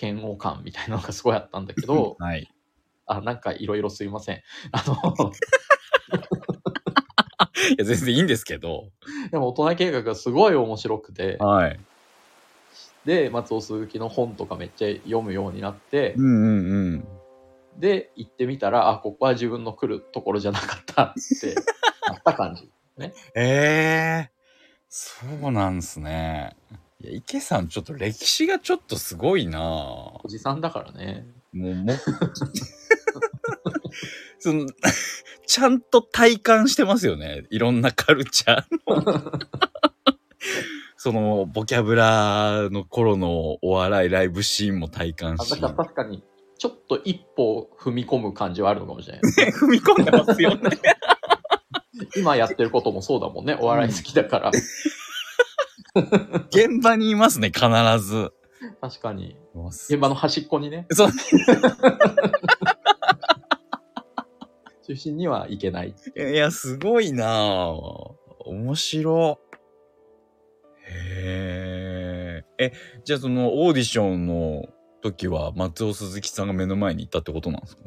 Speaker 2: 嫌悪感みたいなのがすごいあったんだけど
Speaker 1: はい。
Speaker 2: あなんかいろいろすいませんあの
Speaker 1: いや、全然いいんですけど。
Speaker 2: でも大人計画がすごい面白くて
Speaker 1: はい。
Speaker 2: で松尾鈴木の本とかめっちゃ読むようになって
Speaker 1: うんうんうん。
Speaker 2: で行ってみたらあここは自分の来るところじゃなかったって なった感じ
Speaker 1: ええそうなんですね。いや、池さん、ちょっと歴史がちょっとすごいなぁ。
Speaker 2: おじさんだからね
Speaker 1: もう、も、 その、ちゃんと体感してますよね。いろんなカルチャーの。 その、ボキャブラの頃のお笑いライブシーンも体感
Speaker 2: あ
Speaker 1: し
Speaker 2: だ。から確かにちょっと一歩踏み込む感じはあるのかもしれない
Speaker 1: 踏み込んでますよね。
Speaker 2: 今やってることもそうだもんねお笑い好きだから
Speaker 1: 現場にいますね、必ず。
Speaker 2: 確かに
Speaker 1: うわす
Speaker 2: 現場の端っこにね
Speaker 1: そう
Speaker 2: 中心にはいけない。
Speaker 1: いや、すごいなぁ。面白。へえ。え、じゃあそのオーディションの時は松尾鈴木さんが目の前にいたってことなんですか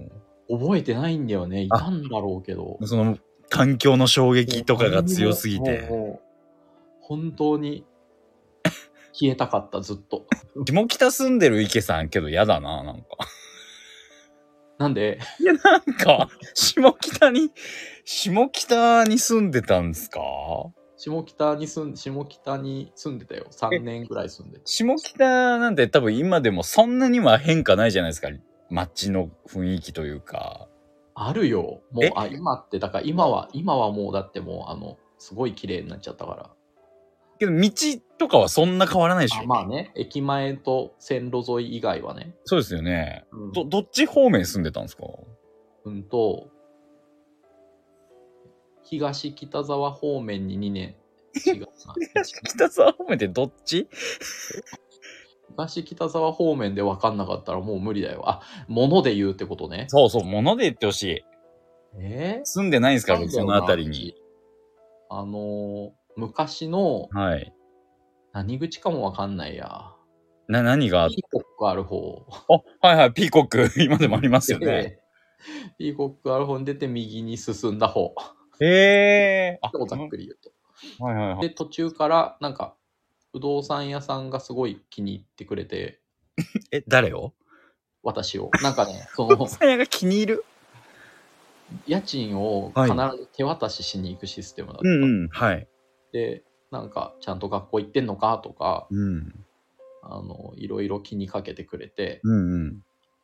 Speaker 2: 覚えてないんだよね。いたんだろうけど。
Speaker 1: その環境の衝撃とかが強すぎて。
Speaker 2: もう。もう本当に消えたかった、ずっと。
Speaker 1: 下北住んでる池さんけど嫌だななんか。
Speaker 2: なんで、
Speaker 1: いや、なんか、下北に、下北に住んでたんですか
Speaker 2: 下北に住ん下北に住んでたよ3年ぐらい住んでた
Speaker 1: 下北なんて多分今でもそんなには変化ないじゃないですか。街の雰囲気というか。
Speaker 2: あるよもう
Speaker 1: え
Speaker 2: あ今ってだから今は今はもうだってもうあのすごい綺麗になっちゃったから
Speaker 1: けど道とかはそんな変わらないでし
Speaker 2: あ
Speaker 1: ょ。
Speaker 2: まあね駅前と線路沿い以外はね、
Speaker 1: そうですよね。
Speaker 2: うん、
Speaker 1: ど、どっち方面住んでたんですか
Speaker 2: うんと東北沢方面に2年違うな
Speaker 1: 北沢方面ってどっち
Speaker 2: 東北沢方面で分かんなかったらもう無理だよあ物で言うってことね
Speaker 1: そうそう、物で言ってほしい。
Speaker 2: えー
Speaker 1: 住んでないんですから、僕そのあたりに。
Speaker 2: あのー昔の
Speaker 1: はい。
Speaker 2: 何口かもわかんないや。
Speaker 1: な、何があっ
Speaker 2: ピーコックある方。
Speaker 1: あ、はいはい、ピーコック、 今でもありますよね。
Speaker 2: でピーコックある方に出て右に進んだ方。
Speaker 1: へえ。あ、
Speaker 2: ざっくり言うと。
Speaker 1: はいはいはい。
Speaker 2: で、途中からなんか不動産屋さんがすごい気に入ってくれて、
Speaker 1: え、誰を
Speaker 2: 私を。なんかね、その
Speaker 1: さやが気に入る。
Speaker 2: 家賃を必ず手渡ししに行くシステムだった。
Speaker 1: うんうん、はい。
Speaker 2: で、なんかちゃんと学校行ってんのかとか、
Speaker 1: うん。
Speaker 2: あの、いろいろ気にかけてくれて、
Speaker 1: うんうん。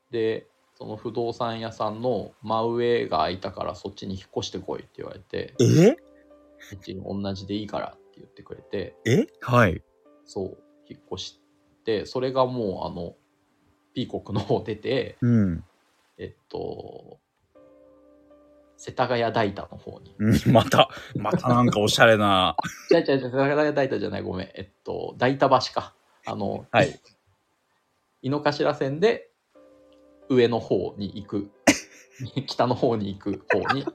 Speaker 2: でその不動産屋さんの真上が空いたからそっちに引っ越してこいって言われて
Speaker 1: え
Speaker 2: うち同じでいいからって言ってくれて
Speaker 1: えはい。
Speaker 2: そう引っ越してそれがもうあのピーコックの方出て
Speaker 1: うん。
Speaker 2: えっと世田谷代田の方に
Speaker 1: うん また、またなんかおしゃれな。
Speaker 2: 違う違う違う世田谷代田じゃないごめんえっと代田橋かあの、
Speaker 1: はい
Speaker 2: 井の頭線で上の方に行く 北の方に行く方に ち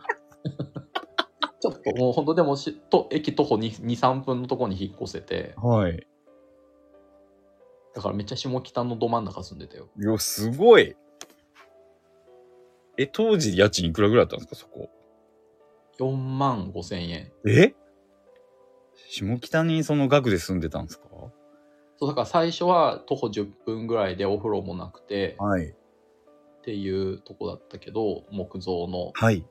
Speaker 2: ょっともう本当でもしと駅徒歩23分のとこに引っ越せて
Speaker 1: はい。
Speaker 2: だからめっちゃ下北のど真ん中住んでたよ
Speaker 1: いや、すごい。え、当時家賃いくらぐらいだったんですか、そこ。
Speaker 2: 4万5千円
Speaker 1: え下北にその額で住んでたんですか
Speaker 2: そうだから最初は徒歩10分ぐらいでお風呂もなくて
Speaker 1: はい。
Speaker 2: っていうとこだったけど木造の
Speaker 1: はい。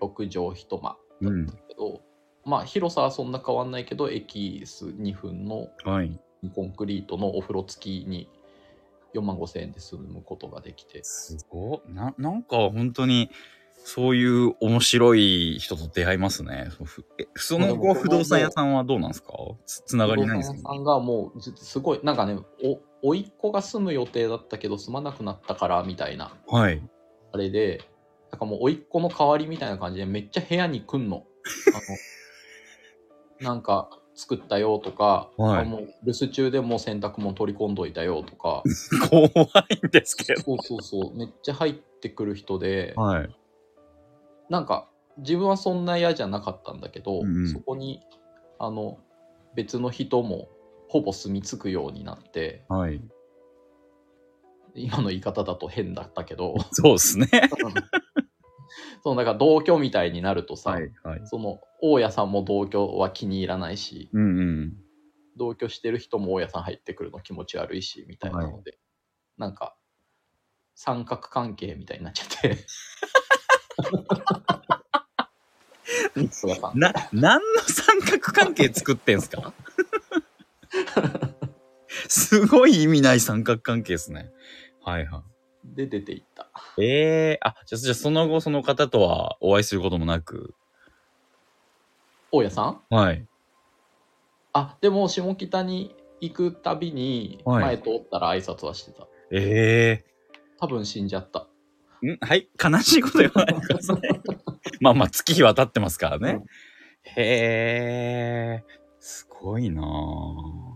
Speaker 2: 6畳一間
Speaker 1: うん
Speaker 2: だったけど、まあ広さはそんな変わんないけど駅数2分の
Speaker 1: はい。
Speaker 2: コンクリートのお風呂付きに4万5千円で住むことができて
Speaker 1: すごっな、なんか本当に、そういう面白い人と出会いますね。そうふえその後、不動産屋さんはどうなんですかつつながりないんです
Speaker 2: 不動
Speaker 1: か
Speaker 2: 産屋さんがもうずすごいなんかねお甥っ子が住む予定だったけど住まなくなったからみたいな
Speaker 1: はい。
Speaker 2: あれでなんかもう甥っ子の代わりみたいな感じでめっちゃ部屋に来んの。あのなんか作ったよとか、
Speaker 1: はい
Speaker 2: あもう留守中でもう洗濯も取り込んどいたよとか
Speaker 1: 怖いんですけど。
Speaker 2: そうそうそうめっちゃ入ってくる人で、
Speaker 1: はい。
Speaker 2: なんか自分はそんな嫌じゃなかったんだけど、
Speaker 1: うんうん
Speaker 2: そこにあの別の人もほぼ住み着くようになって
Speaker 1: はい。
Speaker 2: 今の言い方だと変だった けど
Speaker 1: そうですね。
Speaker 2: そのなんか同居みたいになるとさ、
Speaker 1: はい。はい。
Speaker 2: その大家さんも同居は気に入らないし
Speaker 1: うんうん。
Speaker 2: 同居してる人も大家さん入ってくるの気持ち悪いしみたいなので、なんか三角関係みたいになっちゃって そうだった
Speaker 1: な、何の三角関係作ってんすかすごい意味ない三角関係ですね。はいは
Speaker 2: で出ていった
Speaker 1: い。ええあ、じゃあ、じゃあその後その方とはお会いすることもなく。
Speaker 2: 大家さん
Speaker 1: はい。
Speaker 2: あでも下北に行くたびに
Speaker 1: はい
Speaker 2: 前通ったら挨拶はしてた、
Speaker 1: え
Speaker 2: 多分死んじゃった
Speaker 1: えんはい。悲しいこと言わないでください。 まあまあ、月日は経ってますからね。へえ、すごいなあ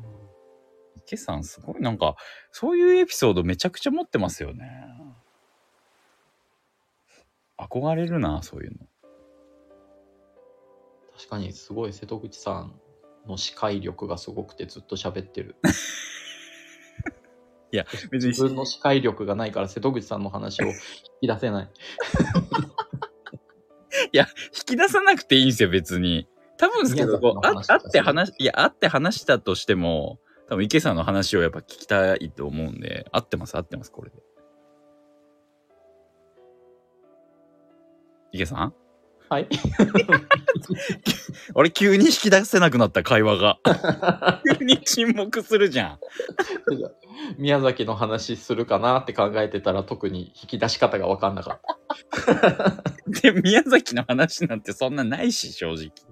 Speaker 1: 池さん、すごい。なんか、そういうエピソードめちゃくちゃ持ってますよね。憧れるな、そういうの。
Speaker 2: 確かにすごい瀬戸口さんの視界力がすごくてずっと喋っ てる
Speaker 1: いや、別
Speaker 2: 自分の視界力がないから瀬戸口さんの話を引き出せない
Speaker 1: 引き出さなくていいんですよ、別に。多分ですけど、こう、
Speaker 2: 宮
Speaker 1: あ
Speaker 2: 崎の話とか
Speaker 1: あって話、いや、あって話したとしても、多分池さんの話をやっぱ聞きたいと思うんで、合ってます、合ってます、これで。池さん
Speaker 2: はい。
Speaker 1: あれ、急に引き出せなくなった会話 が。急に沈黙するじゃん。
Speaker 2: 宮崎の話するかなって考えてたら特に引き出し方が分かんなかった。
Speaker 1: で、宮崎の話なんてそんなないし、正直。
Speaker 2: で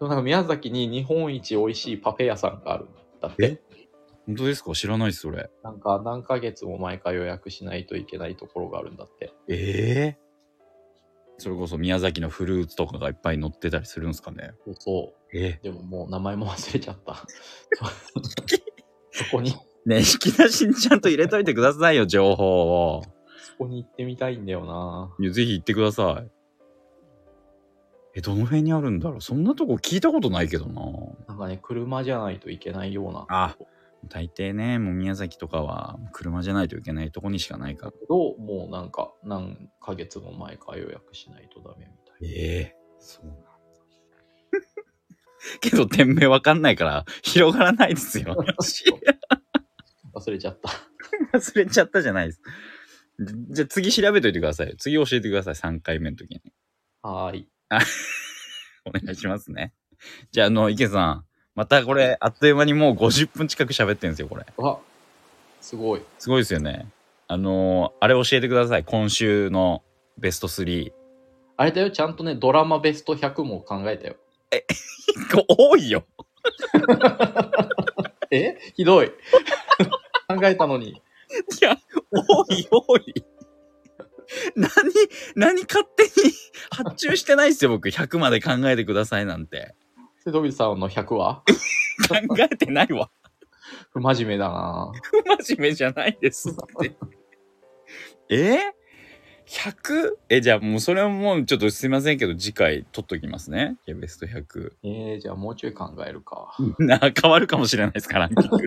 Speaker 2: もなんか宮崎に日本一美味しいパフェ屋さんがあるんだって。
Speaker 1: 本当ですか知らないです、それ。
Speaker 2: なんか何ヶ月も前か予約しないといけないところがあるんだって。
Speaker 1: ええそれこそ宮崎のフルーツとかがいっぱい乗ってたりするんですかね
Speaker 2: そうそ
Speaker 1: え
Speaker 2: う。でももう名前も忘れちゃった。そこに、そ
Speaker 1: ねえ引き出しにちゃんと入れといてくださいよ、情報を。
Speaker 2: こに行ってみたいんだよない
Speaker 1: やぜひ行ってください。え、どの辺にあるんだろうそんなとこ聞いたことないけどな。
Speaker 2: なんかね、車じゃないといけないような。
Speaker 1: あ大抵ね、もう宮崎とかは車じゃないといけないとこにしかないから。
Speaker 2: けど、もうなんか何ヶ月も前か予約しないとダメみたいな。
Speaker 1: ええそうなんだ。 けど、店名わかんないから、広がらないですよ。
Speaker 2: 忘れちゃった。
Speaker 1: 忘れちゃったじゃないです。じゃあ次調べといてください。次教えてください。3回目の時に。
Speaker 2: はーい。
Speaker 1: お願いしますね。じゃあ、あの、池さん。またこれ、あっという間にもう50分近く喋ってんですよ、これ。
Speaker 2: あすごい。
Speaker 1: すごいですよね。あのーあれ教えてください。今週のベスト3。
Speaker 2: あれだよ、ちゃんとね、ドラマベスト100も考えたよ。
Speaker 1: こ 多いよ。
Speaker 2: えひどい。 考えたのに。
Speaker 1: いや、多い、多い。何、何勝手に発注してないですよ、僕。100まで考えてくださいなんて。
Speaker 2: 瀬戸口さんの100は
Speaker 1: 考えてないわ。
Speaker 2: 不真面目だな
Speaker 1: 真面目じゃないですって。 え ?100? え、じゃあもうそれはもうちょっとすいませんけど、次回取っときますね。いや、ベスト100。
Speaker 2: えー、じゃあもうちょい考えるか。
Speaker 1: な 変わるかもしれないですから、ランキン グ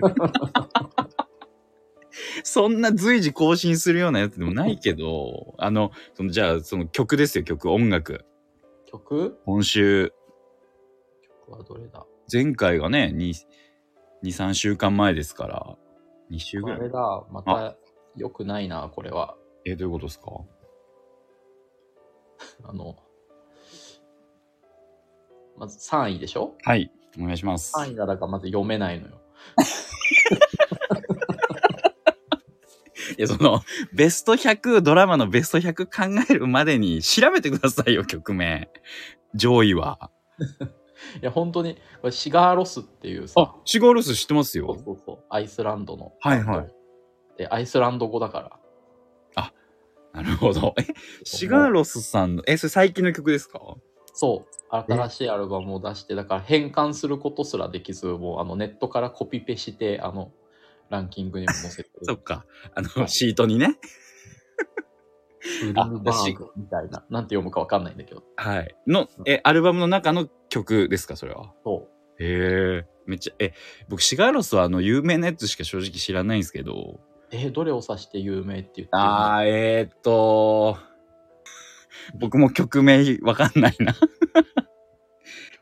Speaker 1: そんな随時更新するようなやつでもないけど、あの、そのじゃあ、その曲ですよ、曲、音楽。
Speaker 2: 曲
Speaker 1: 今週、
Speaker 2: 曲はどれだ
Speaker 1: 前回がね、2、2 3週間前ですから、2週ぐ
Speaker 2: あ
Speaker 1: ら
Speaker 2: れ
Speaker 1: い。
Speaker 2: だ、また良くないなこれは。
Speaker 1: え、どういうことですか
Speaker 2: あの、まず3位でしょ
Speaker 1: はい、お願いします。
Speaker 2: ?3 位ならがまず読めないのよ。
Speaker 1: いや、その、ベスト100、ドラマのベスト100考えるまでに調べてくださいよ、曲名。上位は。
Speaker 2: いや、本当に、これシガーロスっていうさ、、
Speaker 1: シガールス知ってます
Speaker 2: そう。そうそう、アイスランドの。
Speaker 1: はいはい。
Speaker 2: で、アイスランド語だから。
Speaker 1: なるほど。え、シガーロスさんの、え、それ最近の曲ですか
Speaker 2: そう、新しいアルバムを出して、だから変換することすらできず、もうあのネットからコピペして、あの、ランキングにも載せて
Speaker 1: そっ
Speaker 2: る。
Speaker 1: か。あの、シートにね。
Speaker 2: ブルーバーグみたいな、なんて読むかわかんないんだけど。
Speaker 1: はい。の、え、アルバムの中の曲ですか、それは。
Speaker 2: そ
Speaker 1: へえ。めっちゃ、え、僕、シガーロスはあの、有名なやつしか正直知らないんですけど。
Speaker 2: う。えーどれを指して有名って言ってるの
Speaker 1: あー、えーっと、僕も曲名わかんないな。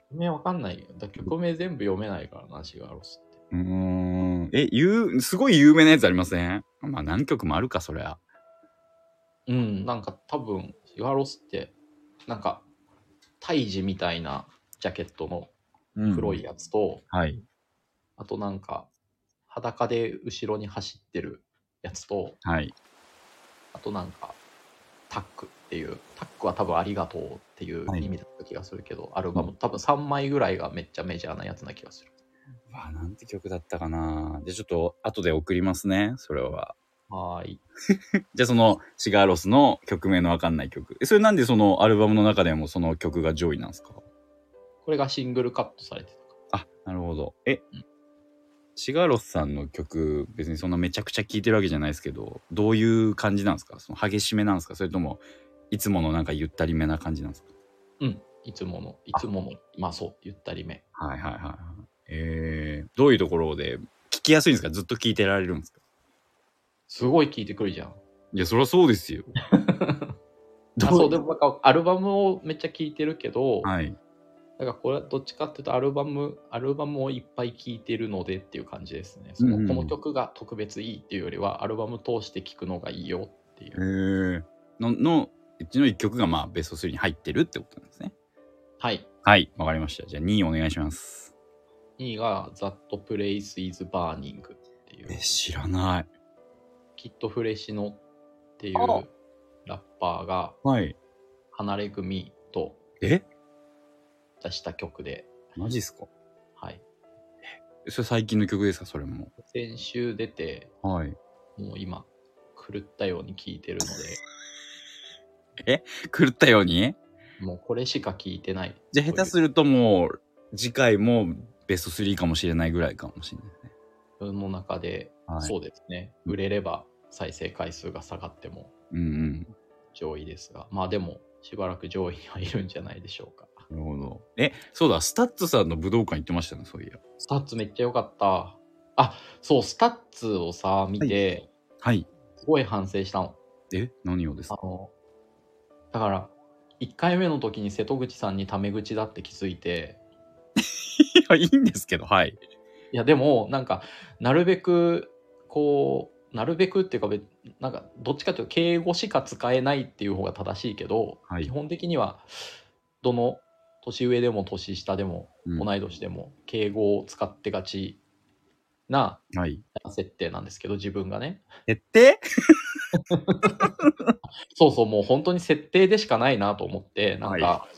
Speaker 2: 曲名わかんないよ。だ曲名全部読めないからな、シガーロスって。
Speaker 1: うーん。え、ゆう、すごい有名なやつありませんまあ何曲もあるか、そりゃ。
Speaker 2: うん、なんか多分、シガーロスって、なんか、胎児みたいなジャケットの黒い。やつと、
Speaker 1: はい。
Speaker 2: あとなんか、裸で後ろに走ってるやつと、
Speaker 1: はい。
Speaker 2: あとなんか、タックっていう、タックは多分ありがとうっていう
Speaker 1: はい
Speaker 2: 意味だった気がするけど、アルバム、多分3枚ぐらいがめっちゃメジャーなやつな気がする。
Speaker 1: わあ、なんて曲だったかな。じゃあちょっと後で送りますね、それは。
Speaker 2: はーい。
Speaker 1: じゃあそのシガーロスの曲名のわかんない曲。えそれなんでそのアルバムの中でもその曲が上位なんですか
Speaker 2: これがシングルカットされて
Speaker 1: あ、なるほど。え
Speaker 2: うん、
Speaker 1: シガーロスさんの曲、別にそんなめちゃくちゃ聴いてるわけじゃないですけど、どういう感じなんですかその激しめなんですかそれとも、いつものなんかゆったりめな感じなんですか
Speaker 2: た。うん。いつもの、いつもの、まあそう、ゆったりめ。
Speaker 1: はいはいはいはい。えー、どういうところで聞きやすいんですかずっと聞いてられるんですか
Speaker 2: すごい聴いてくるじゃん。
Speaker 1: いや、そりゃそうですよ。 ど
Speaker 2: あそう、でもなんかアルバムをめっちゃ聴いてるけど、
Speaker 1: はい。
Speaker 2: だからこれはどっちかっていうとアルバム、アルバムをいっぱい聴いてるのでっていう感じですね。その
Speaker 1: うんうん
Speaker 2: この曲が特別いいっていうよりは、アルバム通して聴くのがいいよってい
Speaker 1: え
Speaker 2: う。
Speaker 1: ー、の、の、うちの1曲がまあベスト3に入ってるってことなんですね。
Speaker 2: はい。
Speaker 1: はい、わかりました。じゃあ2位お願いします。
Speaker 2: 2位が That Place is Burning っていう
Speaker 1: え、、知らない。
Speaker 2: キットフレシノっていう
Speaker 1: あ
Speaker 2: ラッパーが
Speaker 1: はい。
Speaker 2: 離れ組と
Speaker 1: え
Speaker 2: 出した曲で、
Speaker 1: マジっすか
Speaker 2: はい。
Speaker 1: それ最近の曲ですかそれも。
Speaker 2: 先週出て、
Speaker 1: はい。
Speaker 2: もう今、狂ったように聴いてるの
Speaker 1: 狂ったように
Speaker 2: で、もうこれしか聴いてない。
Speaker 1: じゃあ下手するともう次回もベスト3かもしれないぐらいかもしれないですね。
Speaker 2: 自分の中で、
Speaker 1: はい
Speaker 2: そうですね。売れれば再生回数が下がっても
Speaker 1: うん
Speaker 2: 上位ですが、まあでも、しばらく上位にはいるんじゃないでしょうか。
Speaker 1: うん。なるほど。え、そうだ、スタッツさんの武道館行ってましたね、そういや。
Speaker 2: スタッツめっちゃ良かった。あ、そう、スタッツをさ、見て、
Speaker 1: はい。
Speaker 2: すごい反省したの。
Speaker 1: え、何をです
Speaker 2: あ
Speaker 1: か
Speaker 2: の、だから、1回目の時に瀬戸口さんにタメ口だって気づいて、
Speaker 1: いや、いいんですけど、はい。
Speaker 2: いや、でも、なんか、なるべく、こう、なるべくっていうか、べなんか、どっちかというと、敬語しか使えないっていう方が正しいけど、
Speaker 1: はい
Speaker 2: 基本的には、どの年上でも年下でも、
Speaker 1: うん
Speaker 2: 同い年でも、敬語を使ってがちな
Speaker 1: はい。
Speaker 2: 設定なんですけど、自分がね。
Speaker 1: 決定
Speaker 2: そうそう、もう本当に設定でしかないなと思って、なんか、
Speaker 1: は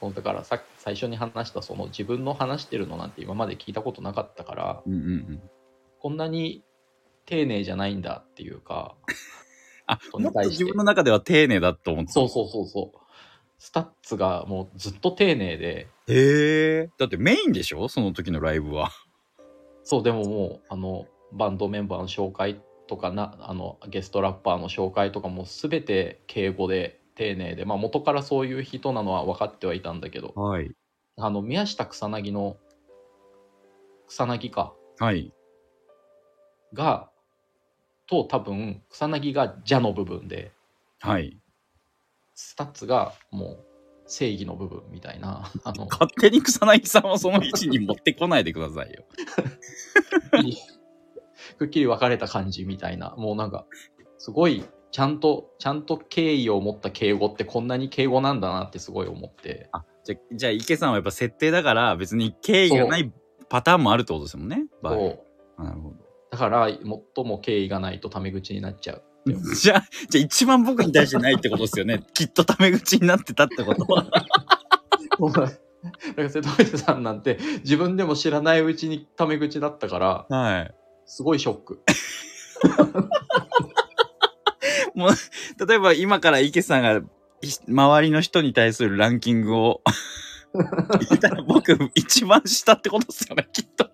Speaker 2: そうだからさ最初に話した、その自分の話してるのなんて今まで聞いたことなかったから、
Speaker 1: うんうんうん。
Speaker 2: こんなに丁寧じゃないんだっていうか、
Speaker 1: あ、
Speaker 2: それ
Speaker 1: もっと
Speaker 2: に対し
Speaker 1: 自
Speaker 2: て
Speaker 1: 分の中では丁寧だと思ってた
Speaker 2: そうそうそうそう、スタッツがもうずっと丁寧で、
Speaker 1: へえ。だってメインでしょその時のライブは。
Speaker 2: そう、でももう、あの、バンドメンバーの紹介とかな、あの、ゲストラッパーの紹介とかもすべて敬語で丁寧で、まあ元からそういう人なのは分かってはいたんだけど、
Speaker 1: はい。
Speaker 2: あの、宮下草薙の、草薙か、
Speaker 1: はい。
Speaker 2: が、と多分、草薙が邪の部分で、
Speaker 1: はい。
Speaker 2: スタッツがもう正義の部分みたいな、 あの、
Speaker 1: 勝手に草薙さんをその位置に持ってこないでくださいよ。
Speaker 2: くっきり分かれた感じみたいな、もうなんか、すごい、ちゃんと、ちゃんと敬意を持った敬語ってこんなに敬語なんだなってすごい思って、
Speaker 1: あ、じゃ、じゃあ池さんはやっぱ設定だから別に敬意がないパターンもあるってことですもんね。場合
Speaker 2: そう。
Speaker 1: あなるほど。
Speaker 2: だから、最も敬意がないとタメ口になっちゃう。
Speaker 1: じゃあ、じゃあ一番僕に対してないってことですよ ね。きっとタメ口になってたってことは。
Speaker 2: そうだから瀬戸口さんなんて自分でも知らないうちにタメ口だったから
Speaker 1: はい。
Speaker 2: すごいショック
Speaker 1: 例えば今から池さんがい周りの人に対するランキングを言ったら僕一番下ってことですよね、きっと。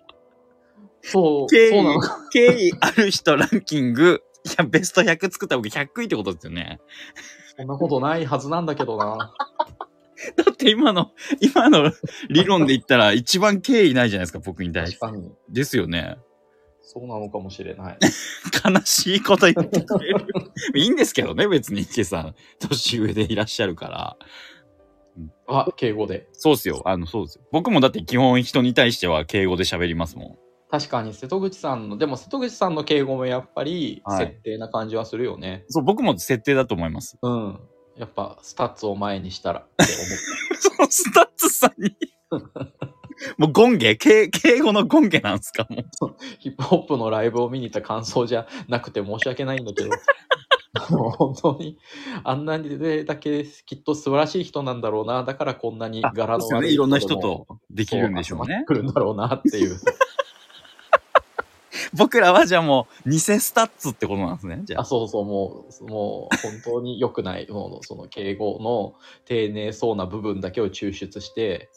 Speaker 2: そう
Speaker 1: 敬意
Speaker 2: そうなのか
Speaker 1: 敬意ある人ランキング、いや、ベスト100作った僕100位ってことですよね。
Speaker 2: そんなことないはずなんだけどな
Speaker 1: だって今の、今の理論で言ったら一番敬意ないじゃないですか、僕に対し
Speaker 2: 確
Speaker 1: て。
Speaker 2: かに
Speaker 1: ですよね。
Speaker 2: そうなのかもしれない
Speaker 1: 悲しいこと言ってくれる。 いいんですけどね、別に池さん。年上でいらっしゃるから。
Speaker 2: あ敬語で
Speaker 1: そうっすよ。あの、そうですよ。僕もだって基本人に対しては敬語で喋りますもん。
Speaker 2: 確かに瀬戸口さんのでも瀬戸口さんの敬語もやっぱり
Speaker 1: はい
Speaker 2: 設定な感じはするよね、
Speaker 1: そう、僕も設定だと思います。
Speaker 2: うんやっぱスタッツを前にしたらって思っ
Speaker 1: そのスタッツさんに。もう権下敬敬語の権下なんですかもう。
Speaker 2: たヒップホップのライブを見に行った感想じゃなくて申し訳ないんだけどもう本当にあんなにでだけきっと素晴らしい人なんだろうなだからこんなに柄の
Speaker 1: そう
Speaker 2: 悪
Speaker 1: ね。
Speaker 2: い
Speaker 1: いろんな
Speaker 2: で
Speaker 1: 人
Speaker 2: も
Speaker 1: とできるんでしょう
Speaker 2: そ集まっ
Speaker 1: ね
Speaker 2: て。くるんだろうなっていう。
Speaker 1: 僕らはじゃあもう偽スタッツってことなんですね。じゃ
Speaker 2: あ、
Speaker 1: あ。
Speaker 2: そうそう、もう、もう本当に良くない、もうその敬語の丁寧そうな部分だけを抽出して、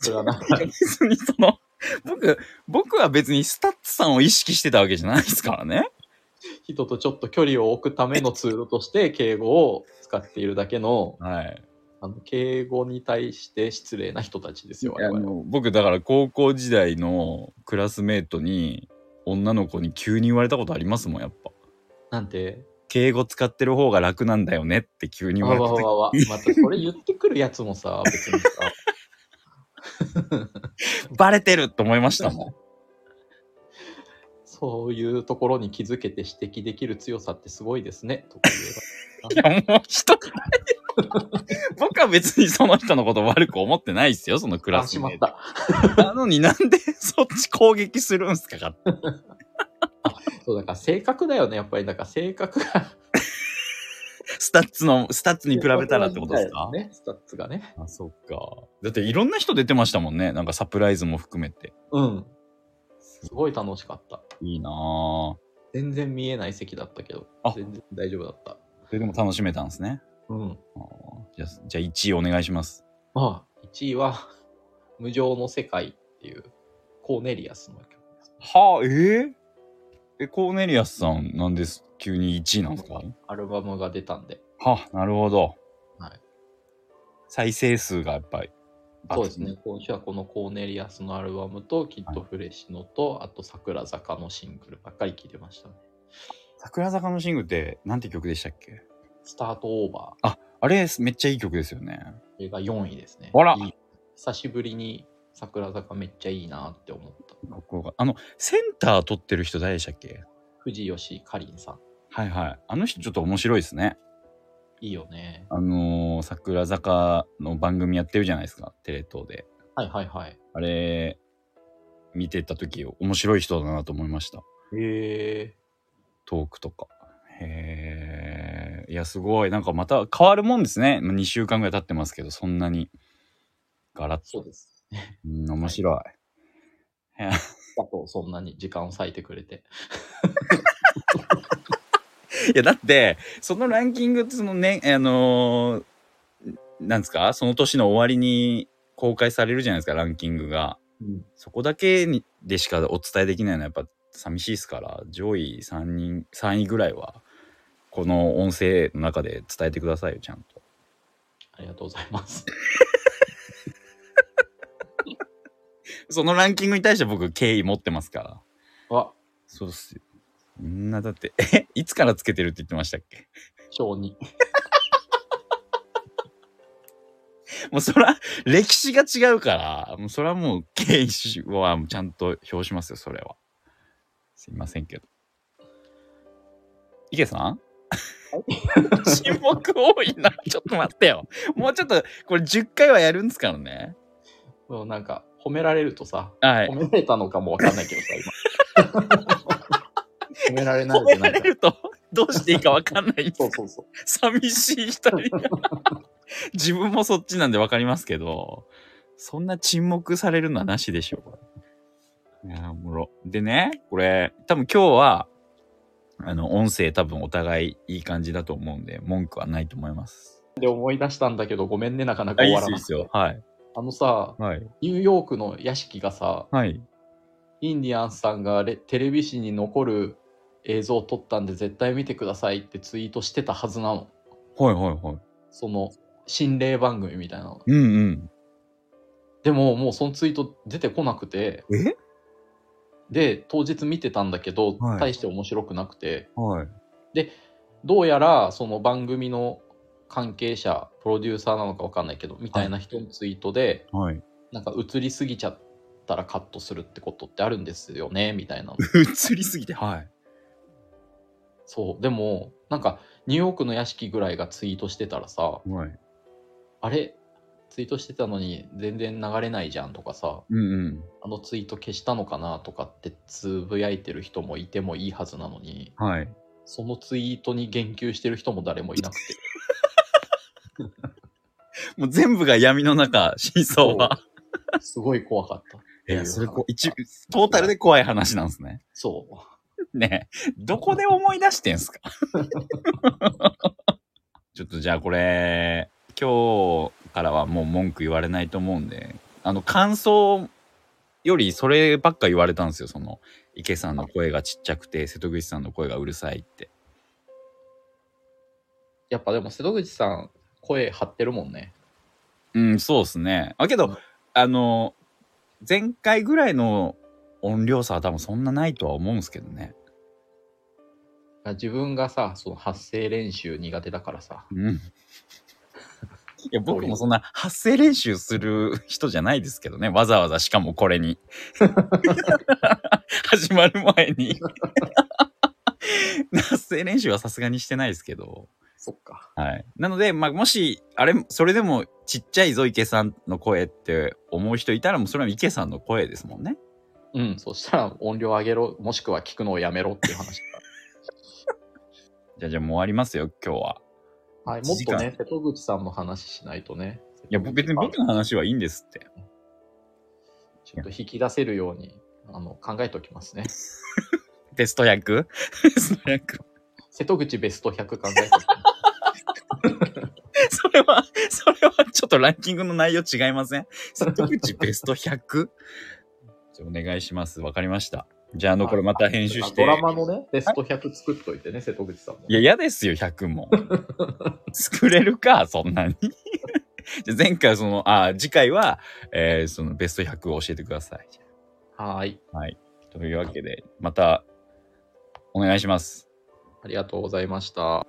Speaker 2: それはなんか、
Speaker 1: 別にその、僕、僕は別にスタッツさんを意識してたわけじゃないですからね。
Speaker 2: 人とちょっと距離を置くためのツールとして敬語を使っているだけの、
Speaker 1: はい。
Speaker 2: あの敬語に対して失礼な人たちですよ、我
Speaker 1: あ
Speaker 2: 々は
Speaker 1: の僕だから高校時代のクラスメートに女の子に急に言われたことありますもん、やっぱ。
Speaker 2: なんて、
Speaker 1: 敬語使ってる方が楽なんだよねって急に言
Speaker 2: わ
Speaker 1: われた
Speaker 2: わ
Speaker 1: 時
Speaker 2: わわ、またそれ言ってくるやつもさ、別にさ、
Speaker 1: バレてると思いましたもん。
Speaker 2: そういうところに気づけて指摘できる強さってすごいですね。とか
Speaker 1: いや、もう人ないよ。 僕は別にその人のこと悪く思ってないですよ、そのク
Speaker 2: 言えば。
Speaker 1: ラ
Speaker 2: あ、
Speaker 1: ス
Speaker 2: しま
Speaker 1: メ
Speaker 2: っ
Speaker 1: イト。
Speaker 2: た。
Speaker 1: なのになんでそっち攻撃するんすか勝手に
Speaker 2: そう、だから性格だよね。やっぱり、だから性格が。
Speaker 1: スタッツの、スタッツに比べたらってことですか
Speaker 2: ね、スタッツがね。
Speaker 1: あ、そっか。だっていろんな人出てましたもんね。なんかサプライズも含めて。
Speaker 2: うん。すごい楽しかった。
Speaker 1: いいなぁ。
Speaker 2: 全然見えない席だったけど
Speaker 1: あ、
Speaker 2: 全然大丈夫だった。
Speaker 1: それでも楽しめたんですね。
Speaker 2: うん。
Speaker 1: あーじゃあ、じゃあ1位お願いします。
Speaker 2: まあ、1位は、無常の世界っていう、コーネリアスの曲です。
Speaker 1: はあ、えーえ、コーネリアスさんなんです急に1位なんですか
Speaker 2: アルバムが出たんで。
Speaker 1: はあ、なるほど。
Speaker 2: はい
Speaker 1: 再生数がやっぱり。
Speaker 2: そうですね。。今週はこのコーネリアスのアルバムと、キッドフレッシュのと、あと桜坂のシングルばっかり聴いてましたね。
Speaker 1: 桜坂のシングルって、なんて曲でしたっけ
Speaker 2: スタートオーバー。
Speaker 1: あれ、めっちゃいい曲ですよね。
Speaker 2: これが4位ですね。
Speaker 1: あら
Speaker 2: いい久しぶりに桜坂めっちゃいいなって思った。
Speaker 1: かっこよかったあの、センター取ってる人誰でしたっけ
Speaker 2: 藤吉かりんさん。
Speaker 1: はいはい。あの人ちょっと面白いですね。
Speaker 2: いいよね。
Speaker 1: あのー桜坂の番組やってるじゃないですか、テレ東で。
Speaker 2: はいはいはい。
Speaker 1: あれ、見てた時、面白い人だなと思いました。
Speaker 2: へえ。
Speaker 1: トークとか。へえ。いや、すごい。なんかまた変わるもんですね。2週間ぐらい経ってますけど、そんなに。ガラッ
Speaker 2: そうです。
Speaker 1: うん、面白い。
Speaker 2: あと、そんなに時間を割いてくれて。
Speaker 1: いや、だって、そのランキングって、そのね、あのーなんですか、その年の終わりに公開されるじゃないですか、ランキングが。
Speaker 2: うん。
Speaker 1: そこだけにでしかお伝えできないのは、やっぱ寂しいですから、上位3人、3位ぐらいは、この音声の中で伝えてくださいよ、ちゃんと。
Speaker 2: ありがとうございます。
Speaker 1: そのランキングに対して僕、敬意持ってますから。
Speaker 2: は、
Speaker 1: そうっすよ。みんなだって、え、いつからつけてるって言ってましたっけ
Speaker 2: 小2。
Speaker 1: もうそら、歴史が違うから、もうそれはもう、敬意はちゃんと表しますよ、それは。すいませんけど。池さん 沈黙多いな。ちょっと待ってよ。もうちょっと、これ10回はやるんですからね。
Speaker 2: もうなんか、褒められるとさ、
Speaker 1: はい
Speaker 2: 褒。められたのかもわかんないけどさ、 今。褒められない
Speaker 1: 褒
Speaker 2: で
Speaker 1: め
Speaker 2: な
Speaker 1: ら
Speaker 2: んか
Speaker 1: れ。ると、どうしていいかわかんない。
Speaker 2: そうそうそう。
Speaker 1: 寂しい人 に。自分もそっちなんでわかりますけど、そんな沈黙されるのはなしでしょ、これ。いやーおもろ。でね、これ、多分今日は、あの、音声多分お互いいい感じだと思うんで、文句はないと思います。
Speaker 2: で、思い出したんだけど、ごめんね、なかなか終わらない。
Speaker 1: よ。はい。
Speaker 2: あのさ、
Speaker 1: はい。
Speaker 2: ニューヨークの屋敷がさ、
Speaker 1: はい。
Speaker 2: インディアンスさんがレテレビ誌に残る映像を撮ったんで、絶対見てくださいってツイートしてたはずなの。
Speaker 1: はいはいはい。
Speaker 2: その、心霊番組みたいなの。
Speaker 1: うん
Speaker 2: でも、もうそのツイート出てこなくて、
Speaker 1: うん。え
Speaker 2: で、当日見てたんだけど、
Speaker 1: はい
Speaker 2: 大して面白くなくて、
Speaker 1: はい。
Speaker 2: どうやらその番組の関係者プロデューサーなのかわかんないけどみたいな人のツイートで、
Speaker 1: はい。
Speaker 2: なんか映りすぎちゃったらカットするってことってあるんですよねみたいな
Speaker 1: 映りすぎて、はい。
Speaker 2: そうでもなんかニューヨークの屋敷ぐらいがツイートしてたらさ
Speaker 1: はい。
Speaker 2: あれツイートしてたのに全然流れないじゃんとかさ
Speaker 1: うんうん。
Speaker 2: あのツイート消したのかなとかってつぶやいてる人もいてもいいはずなのに
Speaker 1: はい。
Speaker 2: そのツイートに言及してる人も誰もいな くて
Speaker 1: もう全部が闇の中、真相は。
Speaker 2: すごい怖かった
Speaker 1: いや、それこう、一、トータルで怖い話なんですね。
Speaker 2: そう
Speaker 1: ねえ、どこで思い出してんすか ちょっとじゃあこれ、今日からはもう文句言われないと思うんで、あの、感想よりそればっか言われたんですよ、その、池さんの声がちっちゃくて、瀬戸口さんの声がうるさいって。
Speaker 2: やっぱでも瀬戸口さん声張ってるもんね。
Speaker 1: うん、そうですね。あ、けど、あの、前回ぐらいの音量差は多分そんなないとは思うんですけどね。
Speaker 2: 自分がさその発声練習苦手だからさ
Speaker 1: うん。いや、僕もそんな発声練習する人じゃないですけどね。わざわざしかもこれ に。始まる前に。 発声練習はさすがにしてないですけど。
Speaker 2: そっか。
Speaker 1: はい。なので、まあ、もし、あれ、それでもちっちゃいぞ、池さんの声って思う人いたら、もうそれは池さんの声ですもんね。
Speaker 2: うん、そしたら音量上げろ、もしくは聞くのをやめろっていう話だ。
Speaker 1: じゃあ、じゃあもう終わりますよ、今日は。
Speaker 2: はい、もっとね、瀬戸口さんの話しないとね。
Speaker 1: いや、僕別に僕の話はいいんですって。
Speaker 2: ちょっと引き出せるようにあの考えておきますね。
Speaker 1: テスト役テスト役。
Speaker 2: 瀬戸口ベスト100考えてお きます。
Speaker 1: それは、それはちょっとランキングの内容違いません瀬戸口ベスト 100? じゃあお願いします。わかりました。じゃあ、あの、これまた編集して。
Speaker 2: ドラマのね、ベスト100作っといてね、瀬戸口さんも。
Speaker 1: いや、嫌ですよ、100も。作れるか、そんなに。じゃあ前回、その、あ、次回は、えーそのベスト100を教えてください。
Speaker 2: はーい。
Speaker 1: というわけで、また、お願いします。
Speaker 2: ありがとうございました。